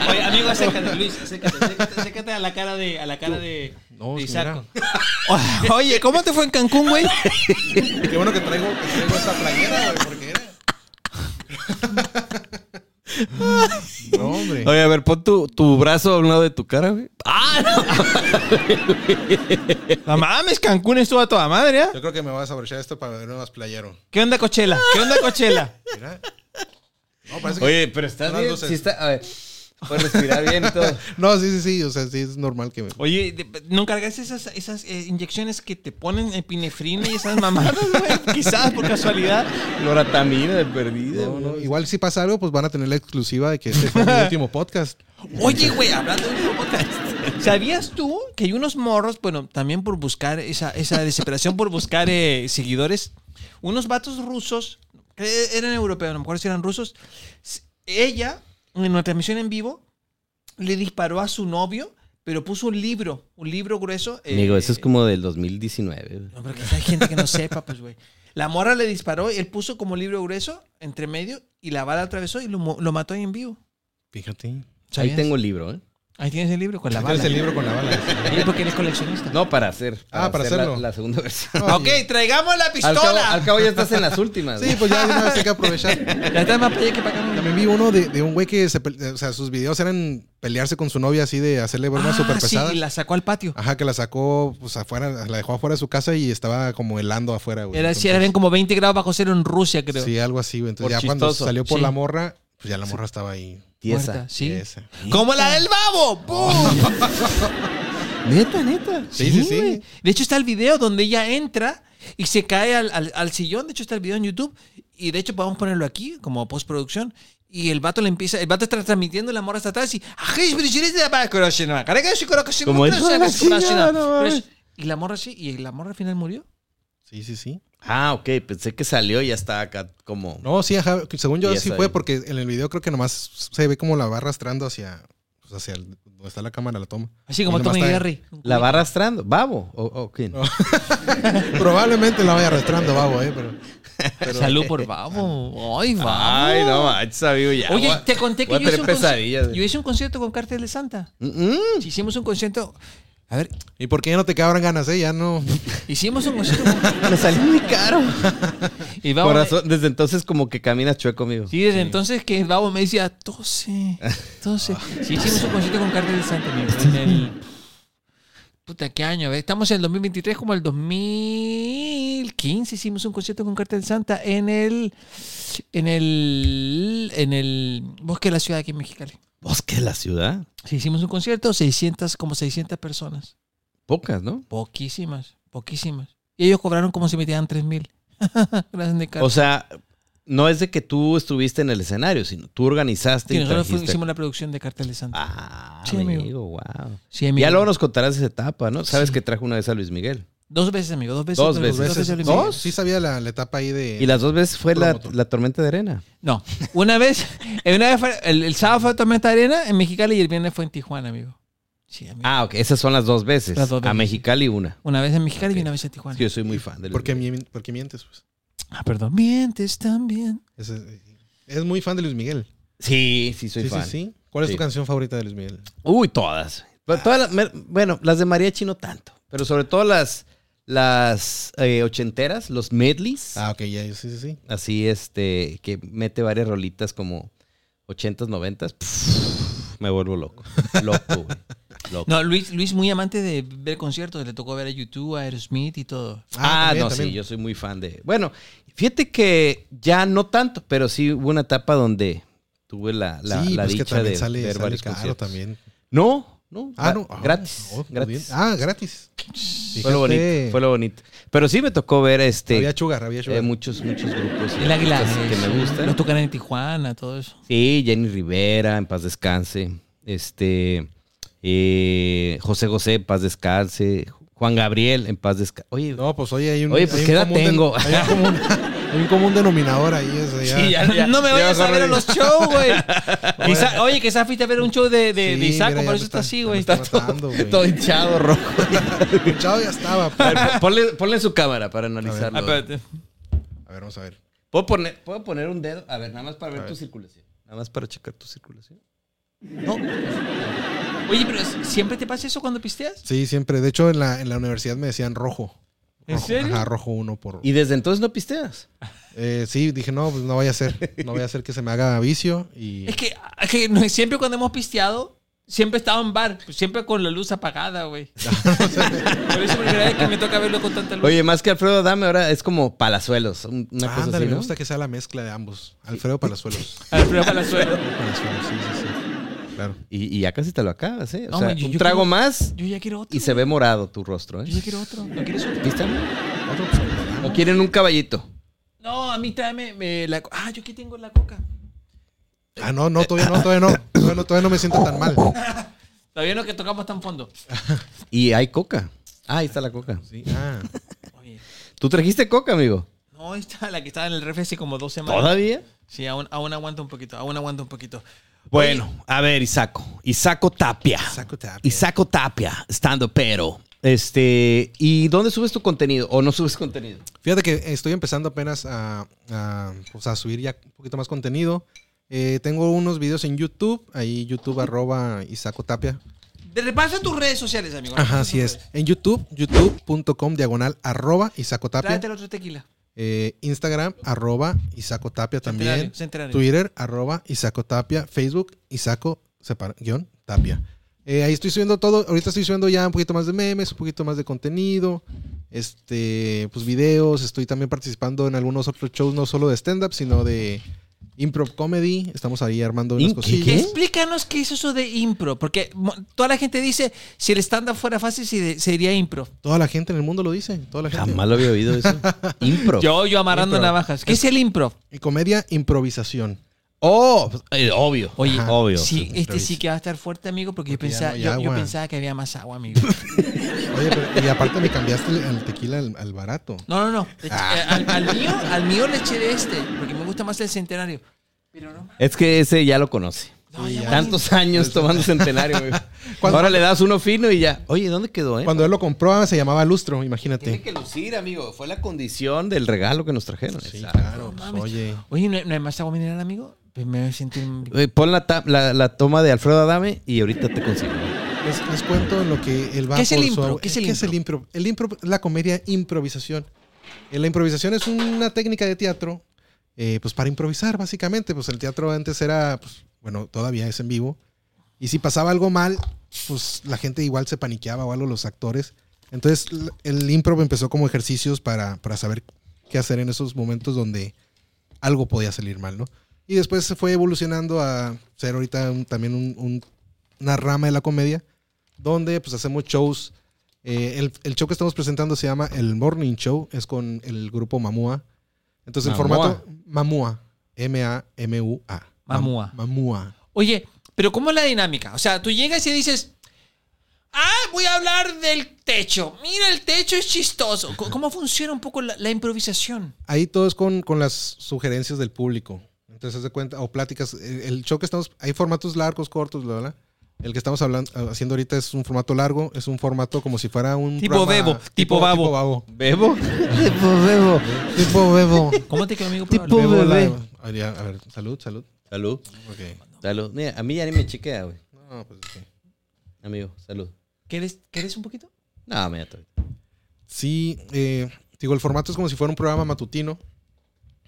Oye, amigo, acércate, Luis. Acércate, acércate, acércate a la cara de, a la cara de,
No,
de
es que
Isaac. Oye, ¿cómo te fue en Cancún, güey?
Qué bueno que traigo, que traigo esta playera, güey, porque era. no, hombre.
Oye, a ver, pon tu, tu brazo a un lado de tu cara, güey.
Ah, No mames, Cancún estuvo a toda madre, ¿ah?
Yo creo que me vas a abrochar esto para ver más playero.
¿Qué onda, Cochela? ¿Qué onda, Cochela?
Mira. No, parece que-
Oye, pero estás
Unas
bien.
luces.
Sí está- a ver, puedes respirar bien y todo.
No, sí, sí, sí. O sea, sí es normal que me.
Oye, de- ¿no cargas esas, esas eh, inyecciones que te ponen epinefrina y esas mamadas, güey? Quizás por casualidad.
Loratamina de perdida.
No, no,
güey.
Igual si pasa algo, pues van a tener la exclusiva de que este fue mi último podcast.
Oye, güey, hablando de un podcast, ¿sabías tú que hay unos morros, bueno, también por buscar esa, esa desesperación por buscar eh, seguidores, unos vatos rusos, que eran europeos, a lo mejor si eran rusos, s- ella, en una transmisión en vivo, le disparó a su novio, pero puso un libro, un libro grueso. eh,
Amigo, eso es como del 2019. güey.
no, pero quizá hay gente que no sepa, pues, güey. La morra le disparó, él puso como libro grueso entre medio y la bala atravesó y lo, mo- lo mató ahí en vivo.
Fíjate.
Ahí
¿Sabías?
tengo el libro, ¿eh?
Ahí tienes el libro con la bala.
Tienes el libro con la bala.
Sí, porque él es coleccionista.
No, para hacer.
Ah, para
hacer la-
hacerlo.
La, segunda versión.
No,
ok, traigamos la
Al cabo,
pistola.
al cabo ya estás en las últimas.
Sí,
güey.
pues ya de una vez hay que aprovechar.
Ya está más para allá que para acá. mira.
También vi uno de, de un güey que se pe- o sea, sus videos eran pelearse con su novia así de hacerle bromas
Ah,
súper Ah, pesadas.
Sí, y la sacó al patio.
Ajá, que la sacó pues afuera, la dejó afuera de su casa y estaba como helando afuera, güey.
Era, sí,
Entonces,
eran como 20 grados bajo cero en Rusia, creo.
Sí, algo así, güey. Entonces
Por
ya cuando
chistoso.
salió por
Sí.
la morra, pues ya la morra estaba ahí.
Tiesa.
Muerta, sí.
Esa.
Como la del
Oh,
babo. ¡Pum!
Neta, neta.
Sí, sí, sí.
güey. De hecho, está el video donde ella entra y se cae al, al- al sillón. De hecho, está el video en YouTube. Y de hecho, podemos ponerlo aquí como postproducción. Y el vato le empieza, el vato está transmitiendo la morra hasta atrás y. "Ah, Como ah,
Como hijo de la chingada, no mames.
Y la morra sí, y la morra al final murió.
Sí, sí, sí.
Ah, ok. Pensé que salió y ya está acá como.
No, sí, ajá, según
Y
yo
es
sí
ahí.
fue porque en el video creo que nomás se ve como la va arrastrando hacia, pues, hacia el- donde está la cámara, la toma.
Así como
Y nomás
Tommy
está-
Jerry.
La va arrastrando. ¿Babo? ¿O, o quién?
No. Probablemente la vaya arrastrando, babo, eh, pero...
Salud por Babo. Ay, Babo.
Ay, no, manches, sabio ya.
Oye,
Voy a-
te conté
voy
que
a
yo hice,
tener
un
pesadillas.
conci- yo hice un concierto con Cartel de Santa.
Mm, mm.
Sí, Hicimos un concierto. A ver,
¿Y por qué ya no te cabran ganas, eh? Ya no...
hicimos un concierto. con-
Me salió muy caro.
Y Babo
Por
me-
razón, desde entonces como que caminas chueco, amigo.
Sí, desde entonces que Babo me decía, tose,
Ah.
tose. Sí, hicimos un concierto con Cartel de Santa. amigo, En el... Puta, ¿qué año? A ver, Estamos en el 2023, como el 2015 hicimos un concierto con Cartel de Santa en el... En el... En el bosque de la ciudad aquí en Mexicali.
Bosque de Pues la ciudad.
Sí, hicimos un concierto, 600, como 600 personas.
Pocas, ¿no?
Poquísimas, poquísimas. Y ellos cobraron como si metieran 3 mil. Gracias, de
O sea, no es de que tú estuviste en el escenario, sino tú organizaste
Sí,
y
nosotros fu-
trajiste.
hicimos la producción de Cartel de Santa.
Ah,
Sí,
amigo,
amigo.
wow.
Sí, amigo.
Ya luego nos contarás esa etapa, ¿no? Sabes
Sí.
que trajo una vez a Luis Miguel.
Dos veces, amigo, dos veces.
Dos
pero-
veces.
a Luis
¿Dos?
Miguel.
Sí sabía la, la etapa ahí de...
Pues, Y las dos veces fue la,
Promotor.
la tormenta de arena.
No, una vez, una vez fue- el, el sábado fue Tormenta de Arena en Mexicali y el viernes fue en Tijuana, amigo. Sí, amigo.
Ah, ok. Esas son las dos veces.
Las dos
A
veces.
Mexicali una.
Una vez en Mexicali y una vez en Tijuana.
Es que yo soy muy fan de Luis
¿Por qué,
Miguel.
mi- por qué mientes? Pues?
Ah, perdón. Mientes también.
Es, es muy fan de Luis Miguel.
Sí, sí, soy
sí,
fan.
sí, sí. ¿Cuál es
Sí.
tu canción favorita de Luis Miguel?
Uy, todas. Pero todas las- me- bueno, las de mariachi no tanto, pero sobre todo las, las eh, ochenteras, los medleys.
Ah, ok, ya, sí, sí, sí.
Así, este, que mete varias rolitas como ochentas, noventas. Pff, Me vuelvo loco. Loco, güey. Loco.
No, Luis, Luis muy amante de ver conciertos. Le tocó ver a YouTube, a Aerosmith y todo.
Ah,
también,
no,
también.
sí, yo soy muy fan de. Bueno, fíjate que ya no tanto, pero sí hubo una etapa donde tuve la, la,
sí,
la
pues que
dicha
también
de
sale,
ver
sale
varios
caro
conciertos.
también.
No, no,
Ah,
gra-
no. ah,
gratis,
no, muy
gratis.
bien. Ah, gratis.
Fue lo bonito,
Fíjate.
fue lo bonito. Pero sí me tocó ver este
Había chugar, había
eh,
chugar.
muchos, muchos grupos y
El Águila.
artistas que
sí,
me
Lo
gustan.
tocan en Tijuana, todo eso.
Sí, Jenny Rivera, en paz descanse. Este eh, José José, en paz descanse. Juan Gabriel, en paz descanse. Oye,
no, pues oye, hay un.
Oye, pues,
hay un
¿qué edad
común den-
tengo?
Hay un común, hay un común denominador ahí. o sea, ya.
no me
ya
vayas a
mejor
ver a
no
los shows, güey. Isa- Oye, que Isa fuiste a ver un show de, de, de
Sí,
Isaco,
mira, ya
por
me
eso está así,
ya
güey.
me Está matando, güey.
todo hinchado, rojo.
Escuchado ya estaba.
A
pero-
ver, ponle, ponle su cámara para
Ah,
analizarlo.
espérate.
A ver, vamos a ver.
¿Puedo poner, ¿Puedo poner un dedo? A ver, nada más para ver,
ver.
tu circulación. Nada más para checar tu circulación.
Oye, pero ¿siempre te pasa eso cuando pisteas?
Sí, siempre. De hecho, en la, en la universidad me decían rojo.
¿En
Rojo,
serio?
Ajá, rojo uno por.
Y desde entonces no pisteas.
Eh, sí, dije, no, pues no vaya a ser. No vaya a ser que se me haga vicio. Y
Es que, es que no- siempre cuando hemos pisteado, siempre he estado en bar, pues, siempre con la luz apagada, güey. Por eso es la primera vez que me toca verlo con tanta luz.
Oye, más que Alfredo Dame, ahora es como palazuelos. un- Una
Ah,
cosa
ándale,
así,
me
¿no?
gusta que sea la mezcla de ambos. Alfredo Palazuelos.
Alfredo Palazuelo.
Palazuelos, sí, sí, sí. Claro.
Y, y ya casi te lo acabas, ¿eh? O
No,
sea,
man, yo-
un
yo
trago
quiero-
más
Yo ya quiero otro.
y se ve morado tu rostro,
güey.
¿eh?
Yo ya quiero otro. ¿No quieres otro?
¿Viste?
Otro pues, el verano.
¿O quieren un caballito?
No, a mí tráeme me, la... co- Ah, yo aquí tengo la coca.
Ah, no, no, todavía no, todavía no. Todavía no, todavía no me siento tan mal.
Todavía no que tocamos tan fondo.
Y hay coca. Ah, ahí está la coca.
Sí, ah.
Oye,
¿Tú trajiste coca, amigo?
no, está la que estaba en el refri hace como dos semanas.
¿Todavía?
Sí, aún, aún aguanta un poquito, aún aguanta un poquito.
Bueno, a ver, Isaco. Isaco Tapia.
Saco tapia.
Isaco Tapia, estando pero. Este, ¿y dónde subes tu contenido? ¿O no subes contenido?
Fíjate que estoy empezando apenas a, a, pues, a subir ya un poquito más contenido. Eh, tengo unos videos en YouTube, ahí YouTube arroba Isaco Tapia.
De repasa tus redes sociales, amigo.
Ajá, así es. En YouTube, youtube.com diagonal arroba Isaco Tapia.
Tráete el otro tequila.
Eh, Instagram arroba Isaco Tapia también.
Centenario, centenario.
Twitter, arroba Isaco Tapia. Facebook, Isaco, separa- guión, Tapia. Eh, ahí estoy subiendo todo. Ahorita estoy subiendo ya un poquito más de memes, un poquito más de contenido. Este, pues videos. Estoy también participando en algunos otros shows, no solo de stand-up, sino de improv comedy. Estamos ahí armando unas
¿In- qué-
cosillas.
qué?
Explícanos qué es eso de impro, porque mo- toda la gente dice, si el stand-up fuera fácil, se- sería impro.
Toda la gente en el mundo lo dice. Toda la gente.
Jamás lo había oído eso. Impro.
Yo, yo amarrando
Impro.
navajas. ¿Qué es el impro?
Y comedia, improvisación.
Oh, pues, eh, obvio.
Oye,
Ajá. obvio.
sí, este
improviso.
sí que va a estar fuerte, amigo, porque,
Porque
yo,
ya no
pensaba,
hay
yo- yo,
agua.
pensaba que había más agua, amigo.
Oye, pero- y aparte me cambiaste el, al tequila al, al barato.
No, no, no. Le eché- eh, al, al mío, al mío le eché de este, porque me gusta más el centenario. Pero no.
Es que ese ya lo conoce.
no,
Sí,
ya
ya.
va
Tantos años tomando centenario. güey.
Cuando-
Ahora le das uno fino y ya. Oye, ¿dónde quedó, eh?
Cuando él lo compró ah, se llamaba Lustro,
Tiene
imagínate.
que lucir, amigo. Fue la condición del regalo que nos trajeron.
Sí,
Exacto.
claro. pues,
mames.
oye.
Oye, ¿no hay, no hay más agua mineral, amigo? Pues me siento... un-
Eh, Pon la, ta- la- la toma de Alfredo Adame y ahorita te consigo.
Les, les cuento lo que él va
¿Qué es el
por su-
impro? ¿Qué es el
impro? El impro, la comedia improvisación. Eh, La improvisación es una técnica de teatro, eh, pues para improvisar básicamente. Pues el teatro antes era, pues, bueno, todavía es en vivo. Y si pasaba algo mal, pues la gente igual se paniqueaba o algo los actores. Entonces l- el impro empezó como ejercicios para, para saber qué hacer en esos momentos donde algo podía salir mal, ¿no? Y después se fue evolucionando a ser ahorita un- también un- un- una rama de la comedia donde pues hacemos shows. Eh, el, el show que estamos presentando se llama El Morning Show, es con el grupo Mamua. Entonces
Mamua.
el formato Mamua, M-A-M-U-A.
Mamua.
Mam- Mamua.
Oye, pero ¿cómo es la dinámica? O sea, tú llegas y dices... Ah, voy a hablar del techo. Mira, el techo es chistoso. C- ¿Cómo funciona un poco la, la improvisación?
Ahí todo es con, con las sugerencias del público. Entonces, haz de cuenta, o pláticas. El, el show que estamos, hay formatos largos, cortos, bla, bla, bla. El que estamos hablando, haciendo ahorita es un formato largo, es un formato como si fuera un.
Tipo
programa-
Bebo, tipo Babo.
Tipo babo.
¿Bebo? Pues,
Tipo bebo.
¿Cómo te quedó, amigo?
Tipo-
Pruébalo.
Bebo la-
bebé.
Ay, ya, a ver, salud, salud.
Salud.
Ok.
Salud. Mira, a mí ya ni me chequea, güey.
No, pues ok.
Amigo, salud.
¿Quieres, ¿Quieres un poquito?
No, mira, estoy-
Sí, eh, digo, el formato es como si fuera un programa matutino,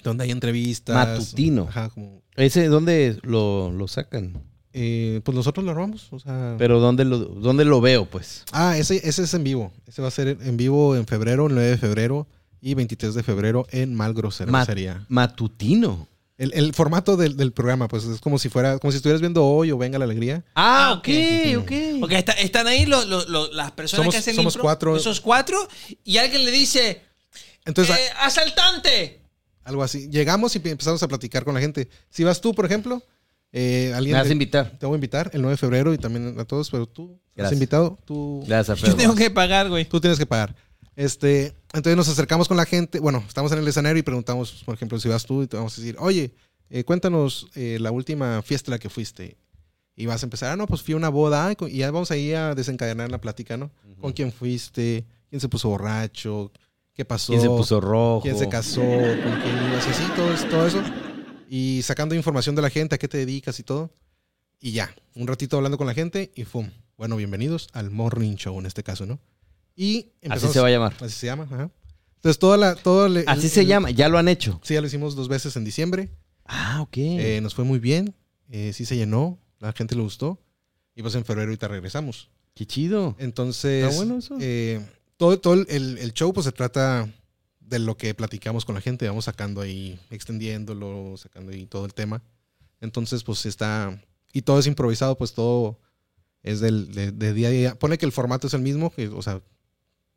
donde hay entrevistas.
Matutino.
Ajá, como...
¿Ese dónde lo, lo sacan?
eh, pues nosotros lo armamos, o sea...
Pero ¿dónde lo, dónde lo veo, pues?
Ah, ese, ese es en vivo. Ese va a ser en vivo en febrero, el 9 de febrero y 23 de febrero en Malgro
Ma-
Cervecería.
Matutino.
El, el formato del, del programa, pues es como si fuera, como si estuvieras viendo hoy o Venga la Alegría.
Ah,
ok,
ok.
Ok, está- están ahí los- los- los- las personas
Somos-
que hacen
somos
impro,
cuatro.
Esos cuatro. Y alguien le dice,
Entonces, ah,
"Eh, asaltante.
a- algo así. Llegamos y empezamos a platicar con la gente. Si vas tú, por ejemplo, eh,
Me
alguien...
vas
de-
a invitar.
Te voy a invitar el 9 de febrero y también a todos, pero tú
Gracias.
has invitado, tú...
Gracias, Alfredo.
Yo tengo que pagar, güey.
Tú tienes que pagar. Este, entonces nos acercamos con la gente. Bueno, estamos en el escenario y preguntamos, por ejemplo, si vas tú y te vamos a decir, oye, eh, cuéntanos eh, la última fiesta a la que fuiste. Y vas a empezar, ah, no, pues fui a una boda ah, y ya vamos ahí a desencadenar la plática, ¿no? ¿Con quién fuiste? ¿Quién se puso borracho? ¿Qué pasó?
¿Quién se puso rojo?
¿Quién se casó? ¿Con quién ibas? Y así, todo, eso- todo eso. Y sacando información de la gente, a qué te dedicas y todo. Y ya, un ratito hablando con la gente y ¡fum! Bueno, bienvenidos al Morning Show en este caso, ¿no? Y
Así se va a llamar.
Así se llama, ajá. Entonces, toda la... Todo el-
Así
el-
se
el-
llama. Ya lo han hecho.
Sí, ya lo hicimos dos veces en diciembre.
Ah, ok.
Eh, nos fue muy bien. Eh, sí se llenó. La gente le gustó. Y pues en febrero ahorita regresamos.
Qué chido.
Entonces,
Está bueno eso.
eh, todo, todo el- el, el show pues se trata de lo que platicamos con la gente, vamos sacando ahí, extendiéndolo, sacando ahí todo el tema. Entonces, pues está, y todo es improvisado, pues todo es del, de, de día a día. Pone que el formato es el mismo, que, o sea,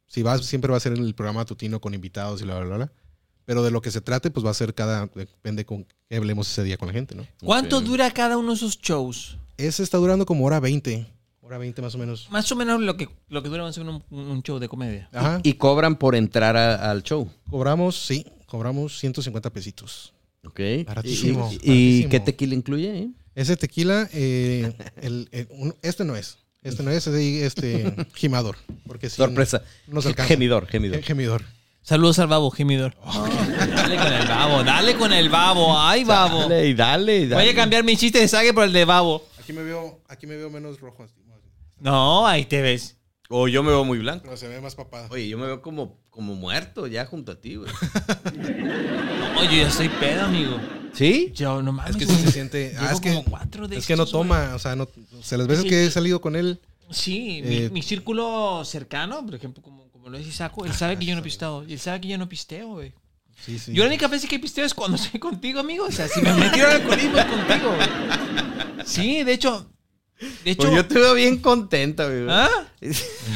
si vas, siempre va a ser el programa tutino con invitados y bla, bla, bla, bla. Pero de lo que se trate, pues va a ser cada, depende con qué hablemos ese día con la gente, ¿no?
¿Cuánto
Ok.
dura cada uno de esos shows?
Ese está durando como hora 20, hora 20 más o menos.
Más o menos lo que, lo que dura más o menos un, un show de comedia.
Ajá.
Y cobran por entrar a- al show.
Cobramos, sí, cobramos 150 pesitos.
Ok.
Baratísimo,
¿Y, y-
baratísimo.
qué tequila incluye? eh?
Ese tequila, eh, el- el- un- este no es. Este no es, es de- este gimador. Porque sí,
Sorpresa.
No nos alcanza.
Gemidor,
Eh,
gemidor.
Gemidor.
Saludos al babo, gemidor. dale con el babo, dale con el babo. Ay, babo.
Dale, y dale, y dale.
Voy a cambiar mi chiste de sague por el de babo.
Aquí me veo, aquí me veo menos rojo.
No, ahí te ves.
O yo me veo muy blanco.
Pero se ve más papado.
Oye, yo me veo como, como muerto ya junto a ti, güey.
No, yo ya soy pedo, amigo.
¿Sí?
Yo no mames.
Es que sí
güey.
se siente. ah,
Llevo
es que,
como cuatro de
es que no
estos, güey.
toma. O sea, no, o sea, las veces que he salido con él.
Sí, mi-
Eh,
mi, círculo cercano, por ejemplo, como, como lo es Isaco, él sabe que yo no he pisteado. Y él sabe que yo no pisteo, güey.
Sí, sí.
Yo la única vez que pisteo es cuando estoy contigo, amigo. O sea, si me metieron al alcoholismo es contigo, güey. Sí, de hecho, De hecho,
Pues yo te veo bien contenta, güey.
¿Ah?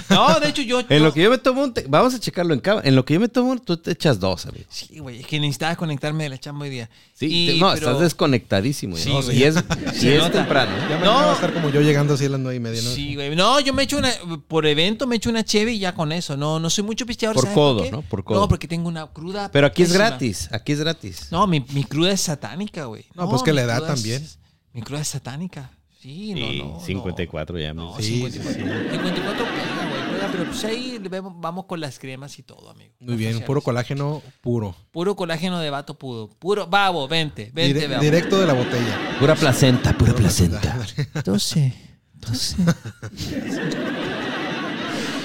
no, de hecho yo...
En
yo-
lo que yo me tomo un... te- Vamos a checarlo en cámara. En lo que yo me tomo, tú te echas dos, amigo.
Sí, güey, es que necesitaba conectarme de la chamba hoy día.
Sí,
Y-
te- no,
pero-
estás desconectadísimo. ya.
Sí,
No,
güey.
y es, y
Se
es
nota.
temprano.
Ya
¿eh?
mañana va
No.
a estar como yo llegando así a las nueve y media, ¿no?
Sí, güey. No, yo me echo una. Por evento me echo una cheve y ya con eso. No, no soy mucho pisteador.
Por
¿sabes por
codo,
qué?
¿no? Por codo.
No, porque tengo una cruda.
Pero aquí es
pésima.
gratis. Aquí es gratis.
No, mi, mi cruda es satánica, güey.
No, pues que
mi
la edad
cruda es-
también.
mi cruda es satánica. Sí,
Sí,
no, no. no.
54 ya.
No,
sí.
Sí,
54. 54 pega, güey. pega, pero pues ahí le vemos- vamos con las cremas y todo, amigo.
Muy bien,
Oficiales.
puro colágeno puro.
Puro colágeno de vato pudo. Puro, babo, vente, vente,
Dire-
babo.
directo de la botella.
Pura placenta, pura placenta.
12, 12.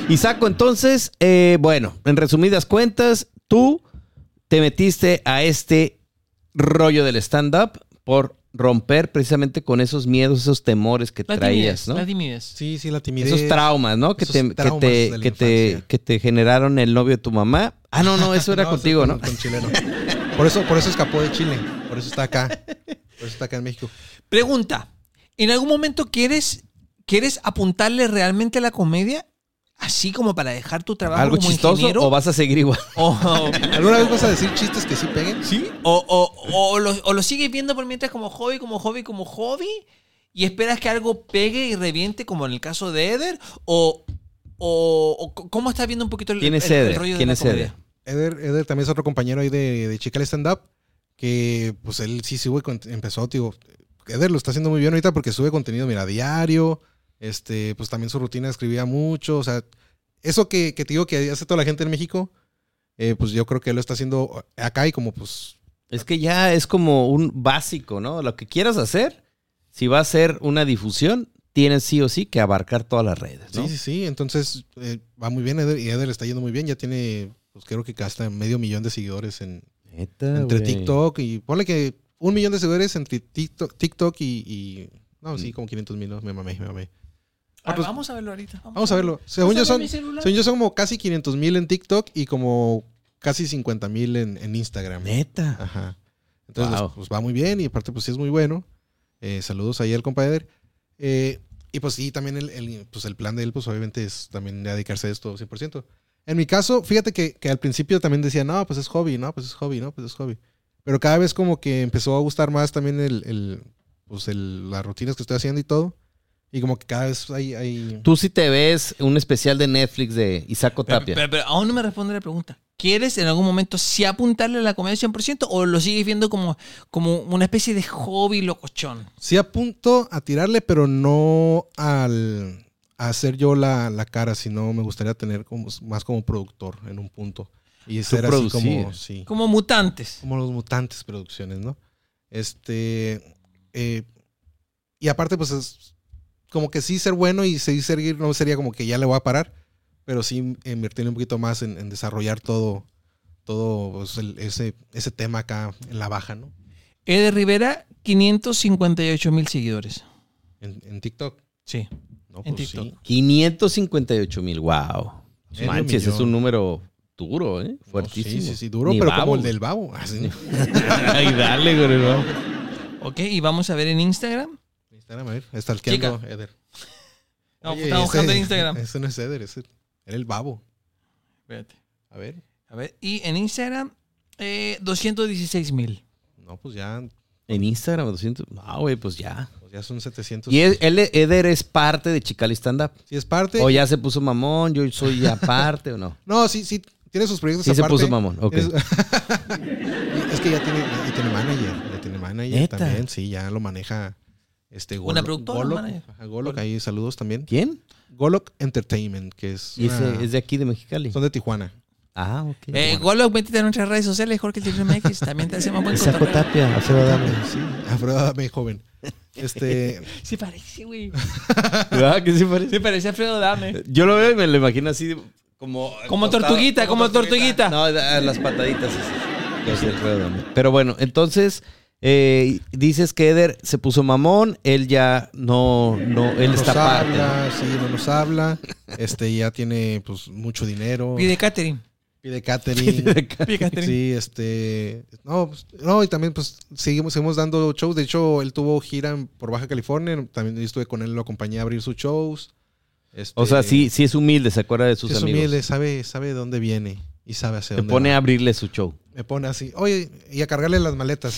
Y saco entonces, eh, bueno, en resumidas cuentas, tú te metiste a este rollo del stand-up por romper precisamente con esos miedos, esos temores que
La
traías,
timidez,
¿no?
la timidez.
Sí, sí, la timidez.
Esos traumas, ¿no? Que
esos
te, que,
traumas de
te,
la
que, te,
infancia.
que te generaron el novio de tu mamá. Ah, no, no, eso era
No,
contigo,
con-
¿no?
Con chileno. Por eso, por eso escapó de Chile. Por eso está acá. Por eso está acá en México.
Pregunta, ¿en algún momento quieres, quieres apuntarle realmente a la comedia? Así como para dejar tu trabajo
¿Algo
como
chistoso
ingeniero.
o vas a seguir igual?
O-
¿Alguna vez vas a decir chistes que sí peguen?
¿Sí? O, o- o lo, o lo sigues viendo por mientras como hobby, como hobby, como hobby. Y esperas que algo pegue y reviente, como en el caso de Eder. O, o, o c- cómo estás viendo un poquito el,
¿Quién es
el- el
Eder?
rollo de
¿Quién
la
es Eder?
comedia?
Eder, Eder también es otro compañero ahí de, de Chica Stand Up. Que pues él sí sube, con- empezó, digo. Eder lo está haciendo muy bien ahorita porque sube contenido, mira, diario. Este, pues también su rutina escribía mucho. O sea, eso que, que te digo que hace toda la gente en México, eh, pues yo creo que él lo está haciendo acá y como pues.
Es que ya es como un básico, ¿no? Lo que quieras hacer, si va a ser una difusión, tienes sí o sí que abarcar todas las redes, ¿no?
Sí, sí, sí. Entonces eh, va muy bien Eder y Eder le está yendo muy bien. Ya tiene, pues creo que hasta medio millón de seguidores en,
Neta,
entre
Ah, güey.
TikTok y ponle que un millón de seguidores entre TikTok, TikTok y, y- no,
Mm.
sí, como 500 mil, no, me mamé, me mamé.
A ver,
pues-
vamos a verlo ahorita.
Vamos a verlo. Según yo
Pásame
son,
mi celular.
según yo son como casi 500 mil en TikTok y como casi 50 mil en, en Instagram.
Neta.
Ajá. Entonces,
Wow.
pues va muy bien y aparte, pues sí es muy bueno. Eh, saludos ahí al compadre. Eh, y pues sí, también el, el- pues, el plan de él, pues obviamente es también dedicarse a esto 100%. En mi caso, fíjate que, que al principio también decía, no, pues es hobby, no, pues es hobby, no, pues es hobby. Pero cada vez como que empezó a gustar más también el, el, pues el- las rutinas que estoy haciendo y todo. Y como que cada vez hay... hay...
Tú sí te ves un especial de Netflix de Isaac
Pero,
Tapia.
pero- pero aún no me responde la pregunta. ¿Quieres en algún momento sí apuntarle a la comedia 100% o lo sigues viendo como, como una especie de hobby locochón?
Sí apunto a tirarle, pero no al a hacer yo la, la cara, sino me gustaría tener como, más como productor en un punto. Y ser así
producir.
como, sí,
Como mutantes.
como los mutantes producciones, ¿no? Este, eh, y aparte pues es como que sí ser bueno y sí seguir, no sería como que ya le voy a parar, pero sí invertir un poquito más en, en desarrollar todo, todo pues, el- ese, ese tema acá en la baja, ¿no?
Eder Rivera, 558 mil seguidores.
En, en TikTok.
Sí.
No,
En
pues, sí.
TikTok.
558 mil, wow.
Medio
Manches,
millón.
es un número duro, ¿eh?
No,
Fuertísimo.
sí, sí, sí, duro,
Ni
pero
babo.
como el del babo. Ah, así, ¿no?
Ay, dale, güey. no.
Ok, y vamos a ver en Instagram.
Instagram, a ver, stalkeando
Chica.
Eder.
No,
Oye,
estaba buscando
ese-
en Instagram.
Ese no es Eder, ese era el babo.
Espérate.
A ver,
A ver, y en Instagram, eh, 216 mil.
no, pues ya,
En Instagram, 200. Ah, güey, pues ya.
pues ya son 700.
Y es- él, Eder es parte de Chicali Stand Up.
Si es parte.
O ya se puso mamón, yo soy ya parte o no.
No, sí, sí, tiene sus proyectos
Sí se
aparte.
puso mamón, ok.
Tiene su- es que ya tiene, ya tiene manager, ya tiene manager
¿Neta?
también, sí, ya lo maneja este Golo-
productora,
Golok,
manager?
ajá, Golok, ahí saludos también.
¿Quién?
Golok Entertainment, que es,
Y ese
una-
es de aquí, de Mexicali.
Ah. son de Tijuana.
Ah, ok.
Eh, Golok, métete a nuestras redes sociales, Jorge Tigre MX. También te hacemos buen
Isaac
cotorreo.
Tapia, Alfredo Adame.
Sí, afrodame joven. Este,
Sí parece, güey.
Ah, que sí parece.
Sí parece a Alfredo Dame.
Yo lo veo y me lo imagino así como...
Como tortuguita, como tortuguita.
No, a las pataditas. así. Yo sí, Alfredo Adame. Pero bueno, entonces eh, dices que Eder se puso mamón, él ya no, no, él
no nos
está aparte.
habla, sí, no nos habla. Este, ya tiene pues mucho dinero.
Pide Catherine.
Y de catering.
Fíjate.
Sí, este. No, pues, no, y también, pues, seguimos, seguimos dando shows. De hecho, él tuvo gira en- por Baja California. También yo estuve con él, lo acompañé a abrir sus shows. Este,
O sea, sí, sí es humilde, se acuerda de sus
es
amigos.
humilde, sabe, sabe de dónde viene y sabe
Se
hacia dónde.
pone
va.
a abrirle su show.
Me pone así, oye, y a cargarle las maletas.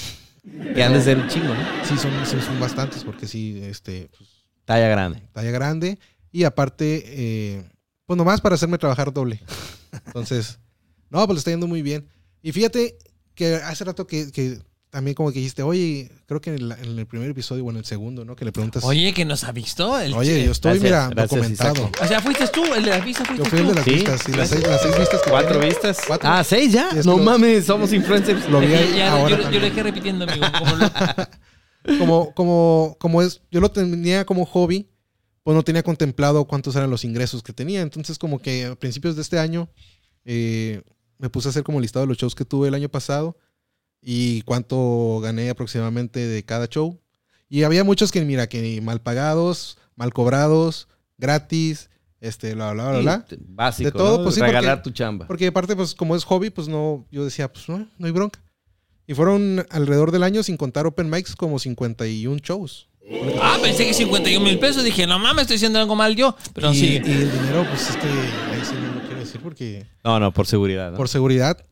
Que han de ser un chingo, ¿no?
Sí, son, sí, son bastantes, porque sí, este, pues,
Talla grande.
talla grande. Y aparte, eh, pues nomás para hacerme trabajar doble. Entonces, no, pues le está yendo muy bien. Y fíjate que hace rato que, que también como que dijiste, oye, creo que en, la- en el primer episodio, bueno, en el segundo, ¿no? Que le preguntas, oye,
Oye, que nos ha visto. El
yo estoy,
Gracias,
mira,
gracias,
documentado.
Isaac.
O sea, fuiste tú, el de las vistas
Yo
fuiste
fui el
tú.
de las
Sí,
vistas, y las seis, las seis vistas que
¿Cuatro
tiene.
vistas?
Cuatro.
Ah, seis ya.
Sí, es
no
que lo-
mames, somos influencers.
Lo vi
Ya- ya-
ahora
yo, yo
también.
lo dejé repitiendo, amigo. como lo-
como, como, como es, yo lo tenía como hobby, pues no tenía contemplado cuántos eran los ingresos que tenía. Entonces, como que a principios de este año eh, me puse a hacer como listado de los shows que tuve el año pasado y cuánto gané aproximadamente de cada show. Y había muchos que, mira, que ni mal pagados, mal cobrados, gratis, este, bla, bla, bla, bla.
Sí, Básico.
De todo,
¿no?
pues sí,
Regalar
porque-
tu chamba.
Porque aparte, pues como es hobby, pues no, yo decía, pues no, no hay bronca. Y fueron alrededor del año, sin contar open mics, como 51 shows.
Ah, pensé que 51 mil pesos. Dije, no mames, estoy haciendo algo mal yo. Pero
y,
sí.
y el dinero, pues es que ahí sí no lo quiero decir porque
No, no, por seguridad. ¿no?
por seguridad.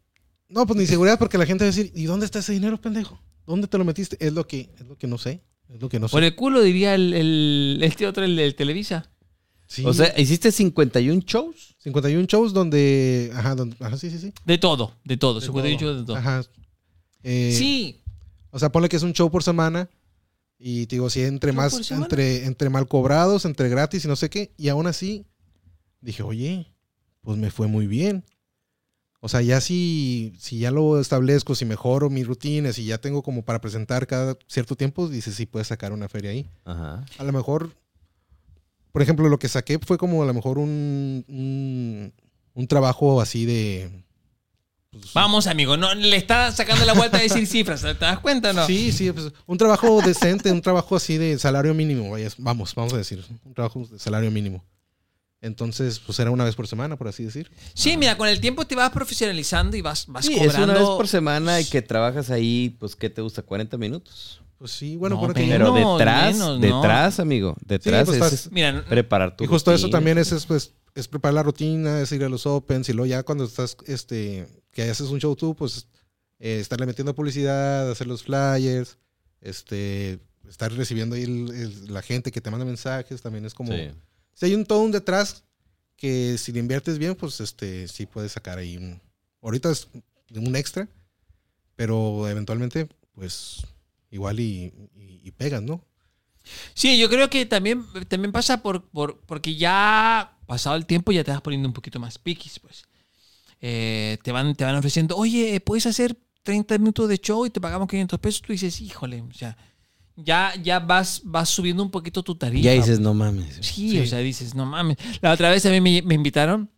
No, pues ni seguridad porque la gente va a decir, ¿y dónde está ese dinero, pendejo? ¿Dónde te lo metiste? Es lo que, es lo que no sé. Es lo que no
Por
sé.
el culo diría el, el- este otro, el del Televisa.
Sí,
O sea, hiciste 51 shows.
51 shows donde. Ajá, donde, ajá sí, sí, sí.
De todo, de todo. 58 de todo.
Ajá. Eh,
Sí.
O sea, ponle que es un show por semana. Y te digo, sí, entre
¿Show
más,
por semana?
entre, entre mal cobrados, entre gratis y no sé qué. Y aún así, dije, oye, pues me fue muy bien. O sea, ya si, si ya lo establezco, si mejoro mis rutinas, si ya tengo como para presentar cada cierto tiempo, dices, sí, puedes sacar una feria ahí.
Ajá.
A lo mejor, por ejemplo, lo que saqué fue como a lo mejor un, un, un trabajo así de... pues,
Vamos, amigo. No, le está sacando la vuelta a decir cifras. ¿Te das cuenta o no?
Sí, sí, pues, un trabajo decente, un trabajo así de salario mínimo, vaya, vamos, vamos a decir, un trabajo de salario mínimo. Entonces, pues era una vez por semana, por así decir.
Sí, mira, con el tiempo te vas profesionalizando y vas, vas
Sí,
cobrando.
es una vez por semana y que trabajas ahí, pues, ¿qué te gusta? 40 minutos.
Pues sí, bueno,
No,
por aquí.
Pero
Menos,
detrás,
menos, no.
detrás, amigo, detrás
pues,
es-
estás-
es
Mira,
preparar tu
Y justo eso
rutina.
también es, es, pues, es preparar la rutina, es ir a los opens y luego ya cuando estás, este, que haces un show tú, pues, eh, estarle metiendo publicidad, hacer los flyers, este, estar recibiendo ahí el- el- la gente que te manda mensajes, también es como...
Sí.
Si hay un todo un detrás que si le inviertes bien, pues este sí puedes sacar ahí un. Ahorita es un extra, pero eventualmente, pues igual y, y, y pegas, ¿no?
Sí, yo creo que también, también pasa por, por- porque ya pasado el tiempo ya te vas poniendo un poquito más piquis, pues. Eh, te, van, te van ofreciendo, oye, puedes hacer 30 minutos de show y te pagamos 500 pesos. Tú dices, híjole, o sea, ya, ya vas, vas subiendo un poquito tu tarifa.
Ya dices, no mames.
Sí,
Sí.
o sea, dices, no mames. La otra vez a mí me, me invitaron,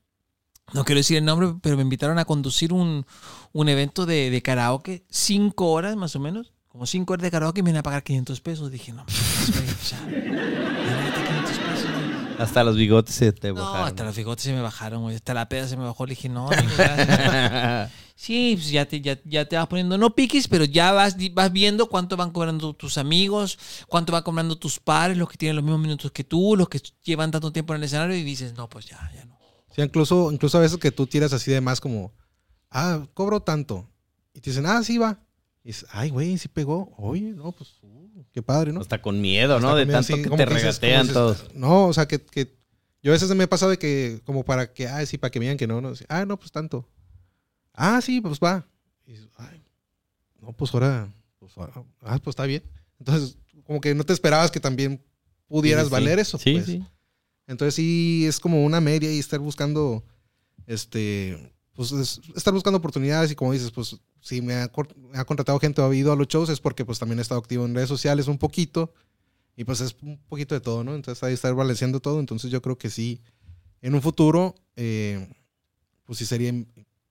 no quiero decir el nombre, pero me invitaron a conducir un, un evento de, de karaoke, cinco horas más o menos, como cinco horas de karaoke y me iban a pagar 500 pesos. Dije, no mames, güey, o sea, imagínate 500 pesos, güey.
Hasta los bigotes se te
No,
bajaron.
hasta los bigotes se me bajaron, güey, hasta la peda se me bajó. Le dije, no, no, gracias. Sí, pues ya te, ya, ya te vas poniendo, no piques, pero ya vas, di- vas viendo cuánto van cobrando tus amigos, cuánto van cobrando tus pares, los que tienen los mismos minutos que tú, los que llevan tanto tiempo en el escenario y dices, no, pues ya, ya no.
O sea, incluso, incluso a veces que tú tiras así de más como, ah, cobro tanto. Y te dicen, ah, sí va. Y dices, ay, güey, sí pegó. Oye, no, pues, uh, qué padre, ¿no?
Hasta con miedo,
Está
¿no? De
conmigo
tanto
así,
que
como
te
dices-
regatean
como dices,
todos.
No, o sea, que, que yo a veces me he pasado de que, como para que, ah, sí, para que me digan que no, no. sí, Ah, no, pues tanto. Ah, sí, pues va. Y dices, ay, no, pues ahora, pues, ahora- ah, pues está bien. Entonces, como que no te esperabas que también pudieras
Sí, sí.
valer eso.
Sí,
pues.
sí.
Entonces sí es como una media y estar buscando, este, pues es- estar buscando oportunidades y como dices, pues si me ha, cor- me ha contratado gente o ha ido a los shows es porque pues también he estado activo en redes sociales un poquito y pues es un poquito de todo, ¿no? Entonces ahí estar balanceando todo, entonces yo creo que sí, en un futuro, eh, pues sí sería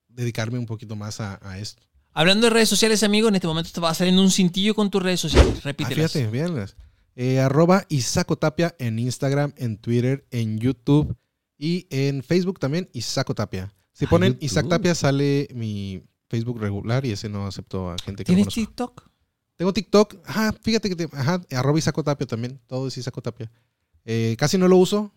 dedicarme un poquito más a, a esto.
Hablando de redes sociales, amigo, en este momento te va saliendo un cintillo con tus redes sociales.
Ah,
Repítelas.
fíjate, véanlas. Eh, arroba Isaco Tapia en Instagram, en Twitter, en YouTube y en Facebook también, Isaco Tapia. Si
Ah,
ponen
YouTube.
Isaac Tapia, sale mi Facebook regular y ese no acepto a gente que no
¿Tienes
conozco.
TikTok?
Tengo TikTok. Ajá, fíjate que. te- ajá, arroba Isaac Tapia también. Todo es Isaac Tapia. Eh, casi no lo uso,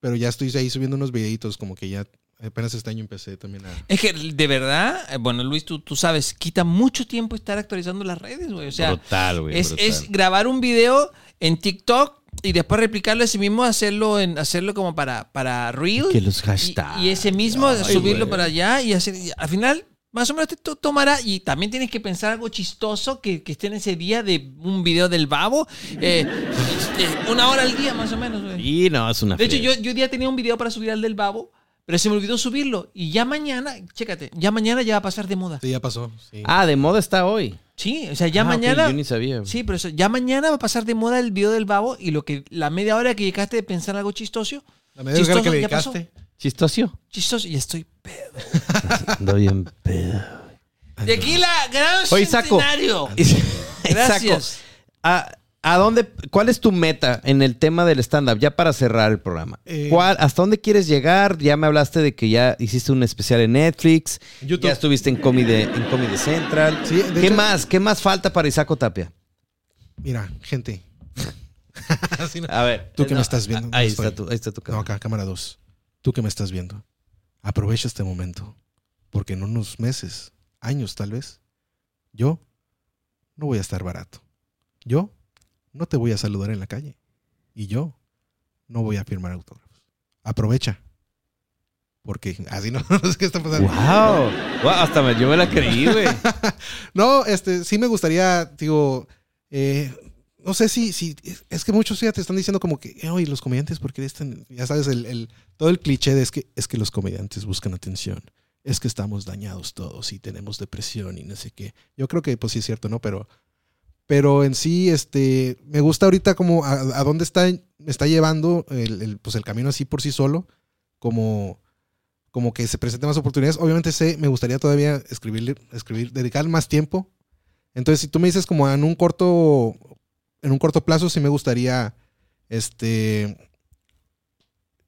pero ya estoy ahí subiendo unos videitos, como que ya apenas este año empecé también a.
Es que de verdad, eh, bueno, Luis, tú, tú sabes, quita mucho tiempo estar actualizando las redes, güey. O sea,
brutal, güey.
es,
brutal.
es grabar un video en TikTok y después replicarlo ese mismo, hacerlo en hashtags. hacerlo como para, para Reel.
que los
Y-
hashtags.
Y, ese mismo,
Ay,
subirlo
güey.
para allá y hacer. y al final, más o menos te to- tomará. Y también tienes que pensar algo chistoso que, que esté en ese día de un video del babo. eh, eh, una hora al día, más o menos, güey.
Y no, es una
De hecho,
friega.
yo, yo ya tenía un video para subir al del babo, pero se me olvidó subirlo. Y ya mañana, chécate, ya mañana ya va a pasar de moda.
Sí, ya pasó. sí.
Ah, de moda está hoy.
Sí, o sea, ya
Ah, ok,
mañana.
yo ni sabía.
Sí, pero eso- ya mañana va a pasar de moda el video del babo y lo que la media hora que dedicaste de pensar algo chistoso,
La media hora que
chistoso,
le
ya pasó.
dedicaste.
Chistocio.
chistoso y estoy pedo.
Ando bien pedo.
De aquí la gran
Oye, Saco.
centenario.
Saco,
Gracias.
¿A, a dónde, ¿Cuál es tu meta en el tema del stand-up? Ya para cerrar el programa.
Eh,
¿Cuál, ¿Hasta dónde quieres llegar? Ya me hablaste de que ya hiciste un especial en Netflix.
YouTube.
Ya estuviste en Comedy, en Comedy Central.
Sí, de
¿Qué
hecho-
más? ¿Qué más falta para Isaco Tapia?
Mira, gente. Así no.
A ver.
Tú que me estás viendo,
Ahí
no estoy.
está, tu, ahí está tu
No,
cámara.
acá, cámara 2. Tú que me estás viendo, aprovecha este momento. Porque en unos meses, años tal vez, yo no voy a estar barato. Yo no te voy a saludar en la calle. Y yo no voy a firmar autógrafos. Aprovecha. Porque así no, no sé qué está pasando.
Wow. Wow, Hasta me- yo me la creí, güey.
No, este, sí me gustaría, digo, eh, no sé si, si, es- es que muchos ya te están diciendo como que, eh, oye, los comediantes, porque ya sabes, el, el- todo el cliché de es que, es que los comediantes buscan atención, es que estamos dañados todos y tenemos depresión y no sé qué. Yo creo que, pues sí es cierto, ¿no? Pero, pero en sí, este, me gusta ahorita como a, a dónde está, me está llevando el, el, pues el camino así por sí solo, como como que se presenten más oportunidades. Obviamente sé, me gustaría todavía escribirle, escribir, dedicar más tiempo. Entonces, si tú me dices como en un corto, en un corto plazo, sí me gustaría, este,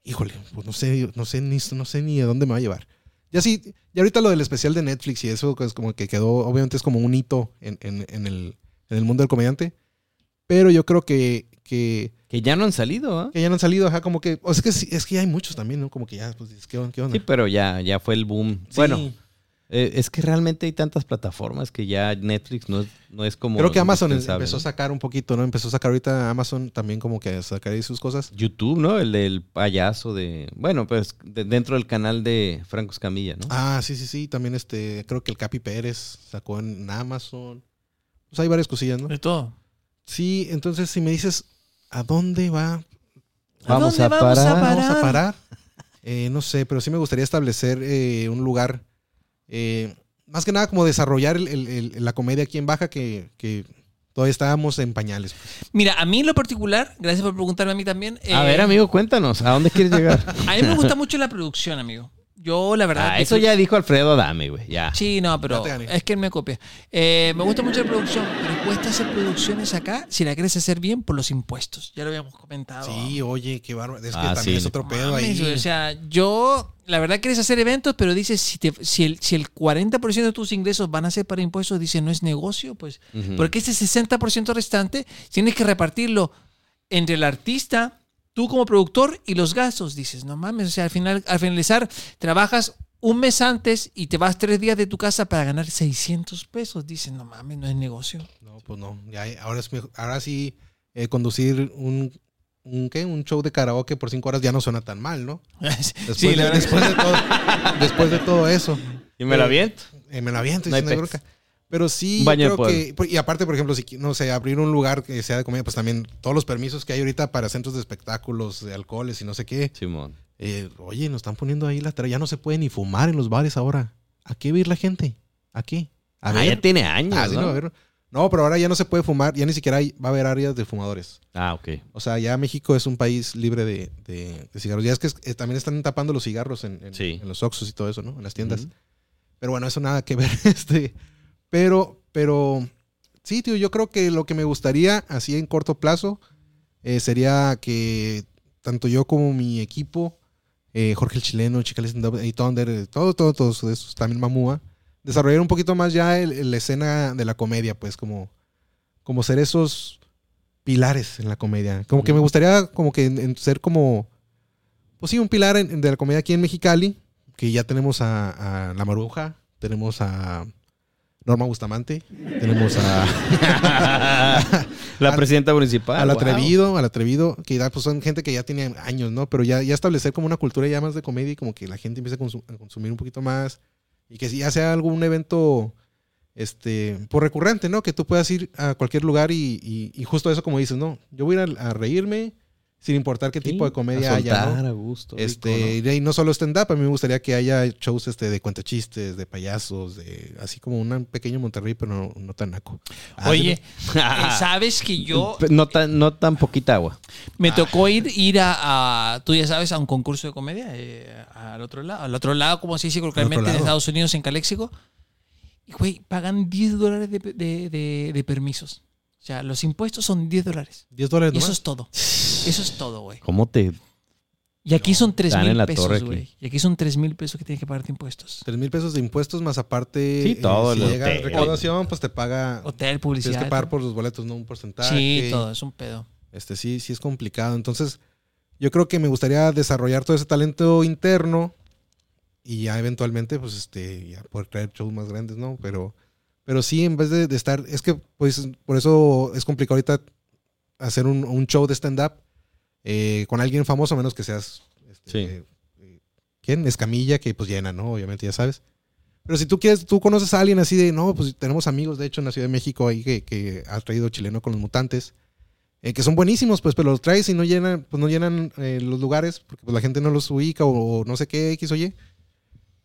híjole, pues no sé, no sé ni, no sé ni a dónde me va a llevar. Ya sí, ya ahorita lo del especial de Netflix y eso, pues como que quedó, obviamente es como un hito en, en- en el, en el mundo del comediante. Pero yo creo que, que,
que ya no han salido, ¿ah?
que ya no han salido, ajá, como que, o sea, es que, sí- es que ya hay muchos también, ¿no? Como que ya, pues, ¿qué, on- qué onda?
Sí, pero ya, ya fue el boom. Bueno, eh, es que realmente hay tantas plataformas que ya Netflix no es, no es como.
Creo que Amazon em-
indispensable,
empezó a
¿no?
sacar un poquito, ¿no? Empezó a sacar ahorita Amazon también como que a sacar ahí sus cosas.
YouTube, ¿no? El del payaso de. Bueno, pues de- dentro del canal de Franco Escamilla, ¿no?
Ah, sí, sí, sí. También este, creo que el Capi Pérez sacó en Amazon. Pues hay varias cosillas, ¿no?
De todo.
Sí, entonces si me dices, ¿a dónde va?
¿A dónde vamos a parar?
vamos a parar? Eh, no sé, pero sí me gustaría establecer eh, un lugar, eh, más que nada como desarrollar el- el- el- la comedia aquí en Baja que, que todavía estábamos en pañales. Pues
Mira, a mí en lo particular, gracias por preguntarme a mí también. eh,
A ver, amigo, cuéntanos, ¿a dónde quieres llegar?
A mí me gusta mucho la producción, amigo. Yo, la verdad.
Ah, eso
disfruto-
ya dijo Alfredo Adame, güey. Ya.
Sí, no,
Ya
pero
te gané.
es que él me copia. Eh, me gusta mucho la producción, pero cuesta hacer producciones acá si la quieres hacer bien por los impuestos. Ya lo habíamos comentado.
Sí, oye, qué bárbaro. Es que
Ah,
también
sí.
es otro pedo
Ah, Mames,
ahí.
güey, O sea, yo, la verdad quieres hacer eventos, pero dices, si, te- si, el, si el 40% de tus ingresos van a ser para impuestos, dices, no es negocio, pues.
Ujú.
Porque ese 60% restante tienes que repartirlo entre el artista, tú como productor y los gastos. Dices, no mames, o sea, al, final, al finalizar, trabajas un mes antes y te vas tres días de tu casa para ganar 600 pesos. Dices, no mames, no es negocio.
No, pues no. Ya, ahora, es mejor- ahora sí, eh, conducir un, un, ¿qué? un show de karaoke por cinco horas ya no suena tan mal, ¿no? Después,
Sí, la
de,
verdad que
después, de, todo, después de todo eso.
¿Y me la aviento?
Eh, me la aviento y
No hay
sin
pex.
bronca. Pero sí,
Un baño
yo
de
creo que. por- Y aparte, por ejemplo, si qui- no sé, abrir un lugar que sea de comida, pues también todos los permisos que hay ahorita para centros de espectáculos, de alcoholes y no sé qué.
Simón.
Eh, oye, nos están poniendo ahí la tarea. Ya no se puede ni fumar en los bares ahora. ¿A qué va a ir la gente? ¿A qué? A
Ah,
ver.
ya tiene años,
Ah, sí,
¿no?
no, a ver. No, pero ahora ya no se puede fumar, ya ni siquiera hay- va a haber áreas de fumadores.
Ah, ok.
O sea, ya México es un país libre de, de- de cigarros. Ya es que es- eh, también están tapando los cigarros en, en-
Sí.
en los oxos y todo eso, ¿no? En las tiendas.
Ujú.
Pero bueno, eso nada que ver. Este, pero, pero, sí, tío, yo creo que lo que me gustaría, así en corto plazo, eh, sería que tanto yo como mi equipo eh, Jorge el Chileno, Chica Stand Up, y Thunder, eh, todo, todo, todos esos, también Mamúa, desarrollar un poquito más ya el- el- la escena de la comedia, pues como, como ser esos pilares en la comedia. Como que me gustaría como que en- en ser como, pues sí, un pilar en- en- de la comedia aquí en Mexicali, que ya tenemos a, a La Maruja, tenemos a Norma Bustamante, tenemos a...
La presidenta municipal.
al
Ah, wow.
atrevido, al atrevido, que ya pues son gente que ya tiene años, ¿no? Pero ya, ya establecer como una cultura ya más de comedia y como que la gente empiece a, consu- a consumir un poquito más y que si ya sea algún evento este por recurrente, ¿no? Que tú puedas ir a cualquier lugar y, y- y justo eso como dices, ¿no? Yo voy a ir a, a reírme sin importar qué
Sí,
tipo de comedia
a
haya,
soltar,
¿no?
a gusto. rico,
Este,
¿no?
y de ahí no solo stand-up, a mí me gustaría que haya shows este, de cuentachistes, de payasos, de así como un pequeño Monterrey, pero no, no tan naco. Ah,
Oye, eh, sabes que yo
Pe- No tan, no tan poquita agua.
me tocó ir, ir a, a- tú ya sabes, a un concurso de comedia, eh, al otro lado, al otro lado, como se dice coloquialmente en
lado.
Estados Unidos, en Caléxico. Y, güey, pagan 10 dólares de, de- de- de permisos. O sea, los impuestos son 10 dólares.
10 dólares
Y
nomás.
eso es todo. Eso es todo, güey.
¿Cómo te...?
Y aquí son 3
dan en
mil
la torre
pesos,
aquí.
güey. Y aquí son 3 mil pesos que tienes que pagar de impuestos.
3 mil pesos de impuestos más aparte. eh,
Sí, todo,
Si
el
llega
hotel.
recaudación, pues te paga.
Hotel,
Tienes
publicidad.
que pagar por los boletos, no un porcentaje.
Sí, todo, es un pedo.
Este sí, sí es complicado. Entonces, yo creo que me gustaría desarrollar todo ese talento interno y ya eventualmente, pues, este, ya poder traer shows más grandes, ¿no? Pero, pero sí, en vez de, de estar, es que, pues, por eso es complicado ahorita hacer un, un show de stand-up eh, con alguien famoso, a menos que seas, este,
Sí.
eh, eh, ¿quién? Escamilla, que pues llena, ¿no? Obviamente, ya sabes. Pero si tú quieres, tú conoces a alguien así de, no, pues tenemos amigos, de hecho, en la Ciudad de México ahí que, que ha traído chileno con los mutantes, eh, que son buenísimos, pues, pero los traes y no llenan, pues no llenan eh, los lugares, porque pues la gente no los ubica o, o no sé qué, X o Y.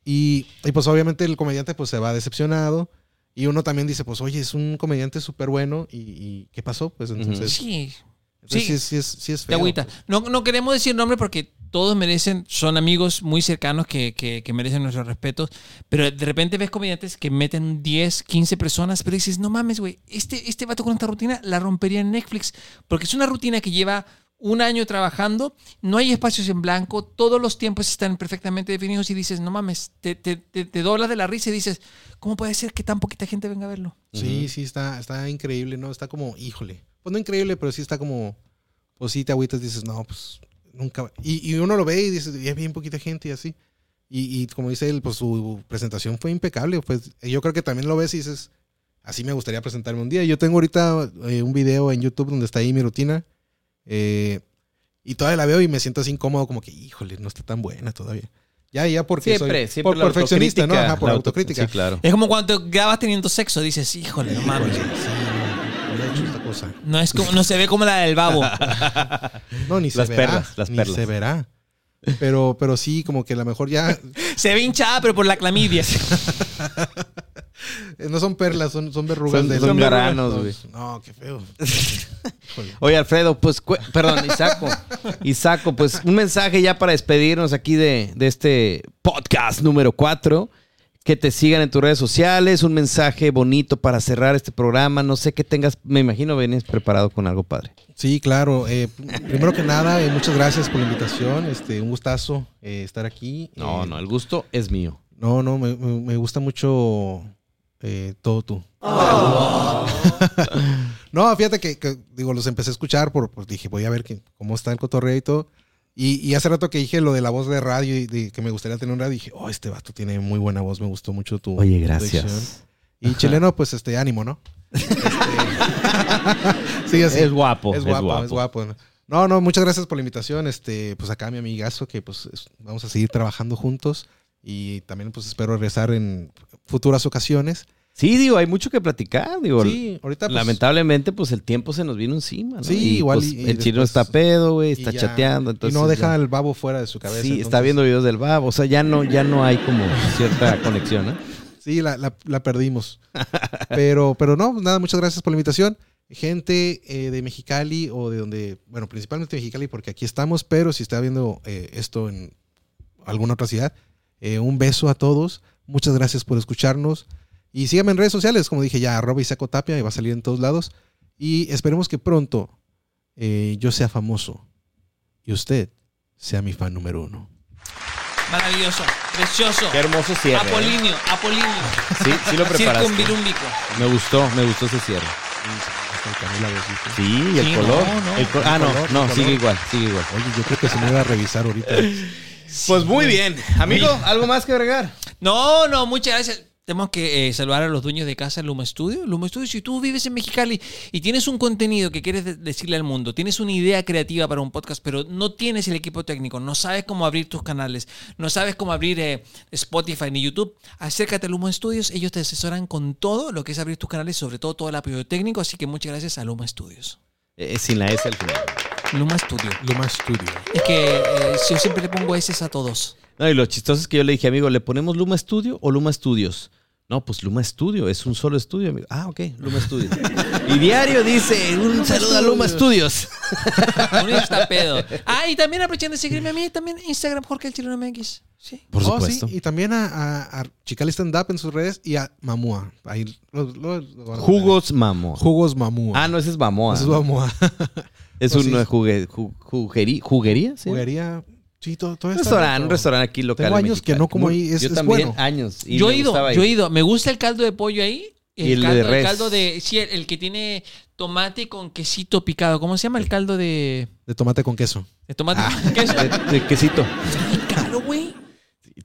Y, y, pues obviamente el comediante pues se va decepcionado. Y uno también dice, pues oye, es un comediante súper bueno. Y, y ¿qué pasó? Pues entonces...
Sí,
entonces,
Sí.
sí, es- sí es, sí es
Te
feo,
agüita.
pues.
No, no queremos decir nombre porque todos merecen, son amigos muy cercanos que, que- que merecen nuestros respetos, pero de repente ves comediantes que meten 10, 15 personas, pero dices, no mames, güey, este, este vato con esta rutina la rompería en Netflix, porque es una rutina que lleva un año trabajando, no hay espacios en blanco, todos los tiempos están perfectamente definidos y dices, no mames, te, te, te- te doblas de la risa y dices, ¿cómo puede ser que tan poquita gente venga a verlo?
Sí, sí, está, está increíble, ¿no? Está como, híjole. Pues no increíble, pero sí está como, pues sí, te agüitas, dices, no, pues nunca. va- Y, y uno lo ve y dices, ya bien poquita gente y así. Y, y como dice él, pues su presentación fue impecable. Pues yo creo que también lo ves y dices, así me gustaría presentarme un día. Yo tengo ahorita eh, un video en YouTube donde está ahí mi rutina. eh, y todavía la veo y me siento así incómodo, como que, híjole, no está tan buena todavía. Ya, ya, porque
Siempre,
soy
siempre
por
la
perfeccionista, ¿no?
autocrítica,
Ajá, por
la auto-
autocrítica.
Sí, claro.
Es como cuando grabas teniendo sexo, dices, híjole, no mames.
Híjole, sí, no, no he hecho esta cosa.
No, es como, no se ve como la del babo.
No, ni se
Las
verá.
perlas, las
ni
perlas.
se verá. Pero, pero sí, como que a lo mejor ya
Se ve hinchada, pero por la clamidia.
eh, no son perlas, son, son verrugas
Son-
de
son granos, güey.
No, qué feo. Híjole.
Oye, Alfredo, pues, cu- perdón, Isaco. Isaco, pues un mensaje ya para despedirnos aquí de, de este podcast número 4. Que te sigan en tus redes sociales, un mensaje bonito para cerrar este programa. No sé qué tengas, me imagino venís preparado con algo padre.
Sí, claro. eh, primero que nada, eh, muchas gracias por la invitación. Este, un gustazo eh, estar aquí.
No,
Eh,
no, el gusto es mío.
No, no, me, me- me gusta mucho eh, todo tú. no, fíjate que, que, digo, los empecé a escuchar por, pues, dije, voy a ver que- cómo está el cotorreo y todo. Y, y hace rato que dije lo de la voz de radio y de que me gustaría tener un radio, dije, oh, este vato tiene muy buena voz, me gustó mucho tu.
Oye,
tu dicción".
gracias.
Y chileno, pues este ánimo, ¿no? Este- sí, así.
Es guapo,
Es
es
guapo,
guapo.
es guapo. No, no, muchas gracias por la invitación. Este, pues acá mi amigazo, que pues es- vamos a seguir trabajando juntos. Y también pues espero regresar en futuras ocasiones.
Sí, digo, hay mucho que platicar, digo.
Sí, ahorita pues,
Lamentablemente, pues el tiempo se nos vino encima. ¿no?
Sí,
Y,
igual
pues,
y- y
el chino
después-
está pedo, güey,
y
está
ya.
chateando.
Y
Entonces
no
ya.
deja al babo fuera de su cabeza.
Sí, está
entonces-
viendo videos del babo. O sea, ya no, ya no hay como cierta conexión, ¿no?
Sí, la, la- la perdimos. Pero, pero no, nada, muchas gracias por la invitación. Gente eh, de Mexicali o de donde, bueno, principalmente Mexicali porque aquí estamos, pero si está viendo eh, esto en alguna otra ciudad, eh, un beso a todos. Muchas gracias por escucharnos. Y síganme en redes sociales, como dije ya, arroba Isaco Tapia, y va a salir en todos lados. Y esperemos que pronto eh, yo sea famoso y usted sea mi fan número uno.
Maravilloso, precioso.
Qué hermoso cierre. ¿eh?
Apolinio, Apolinio.
Sí, sí lo preparaste.
Circunvirúmbico.
Me gustó, me gustó ese cierre.
Hasta el Canelo a veces.
Sí, y el
Sí,
color.
no, no.
El col- ah,
El
no,
color,
no,
el
sigue
color.
igual, sigue igual.
Oye, yo creo que se me iba a revisar ahorita.
Pues muy bien. Amigo, ¿algo más que agregar?
No, no, muchas gracias. Tenemos que eh, saludar a los dueños de casa Luma Studio. Luma Studio, si tú vives en Mexicali y tienes un contenido que quieres de- decirle al mundo, tienes una idea creativa para un podcast, pero no tienes el equipo técnico, no sabes cómo abrir tus canales, no sabes cómo abrir eh, Spotify ni YouTube, acércate a Luma Studios. Ellos te asesoran con todo lo que es abrir tus canales, sobre todo todo el apoyo técnico. Así que muchas gracias a Luma Studios.
Eh, sin la S al final.
Luma Studio.
Luma Studio.
Es que eh, yo siempre le pongo S a todos.
No, y lo chistoso es que yo le dije, amigo, ¿le ponemos Luma Studio o Luma Studios? No, pues Luma Studio, es un solo estudio, amigo. Ah, ok, Luma Studio. y diario dice, un saludo a Luma Studios.
Uno está pedo. Ah, y también aprovechen de seguirme a mí también Instagram Jorge el Chileno MX. Sí.
Por
Oh,
supuesto.
sí, y también a, a, a Chicali Stand Up en sus redes y a Mamua. Ahí los- los- los van a
Jugos Mamoa.
poner. Jugos Mamua.
Ah, no, ese es Mamoa.
Ese es
¿no?
Mamua.
Es
no,
un
sí.
eh, jugue- ju- juguerí- juguería, ¿sí?
Jugaría. Sí, todo, todo está
Restaurante,
rico.
un restaurante aquí local.
Tengo
en
años que
Mexicali.
no como
Muy-
ahí, es-
yo
es
también,
bueno.
años. y
yo he
me
ido,
gustaba ir.
yo he ido. Me gusta el caldo de pollo ahí. El,
Y el de
caldo,
res.
caldo de. Sí, el, el que tiene tomate con quesito picado. ¿Cómo se llama el caldo de,
De tomate con queso.
de tomate con queso?
Ah, De, de quesito.
Está bien caro, güey.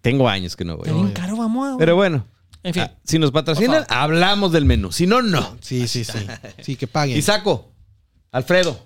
Tengo años que no
Está
voy.
eh.
bien caro, vamos a.
Pero bueno,
en fin.
ah, si nos patrocinan,
Por
hablamos del menú. Si no, no.
Sí, sí, sí. Sí, que paguen.
Isaco, Alfredo.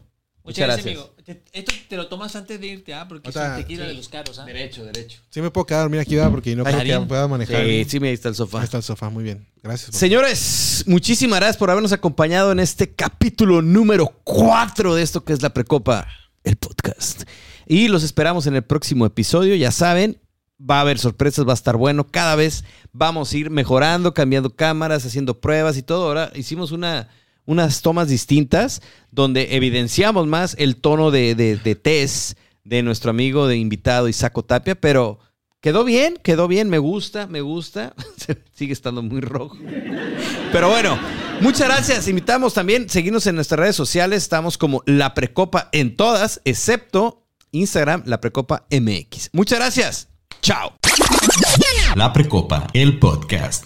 Muchas gracias.
amigo. Te- Esto te lo tomas antes de irte, ¿ah? Porque
O
eso
sea,
te quita
sí.
de los caros, ¿ah?
Derecho, derecho.
Sí me puedo quedar a dormir aquí, ¿verdad? Porque no creo
Bailarín.
que pueda manejar.
Sí, sí, ahí está el
Ahí
sofá.
está el sofá, muy bien. Gracias. por-
Señores, muchísimas gracias por habernos acompañado en este capítulo número 4 de esto que es la Precopa, el podcast. Y los esperamos en el próximo episodio, ya saben. Va a haber sorpresas, va a estar bueno. Cada vez vamos a ir mejorando, cambiando cámaras, haciendo pruebas y todo. Ahora hicimos una, unas tomas distintas donde evidenciamos más el tono de, de, de test de nuestro amigo de invitado Isaco Tapia, pero quedó bien, quedó bien. Me gusta, me gusta. Sigue estando muy rojo. Pero bueno, muchas gracias. Invitamos también, seguirnos en nuestras redes sociales. Estamos como La Precopa en todas, excepto Instagram, La Precopa MX. Muchas gracias. Chao.
La Precopa, el podcast.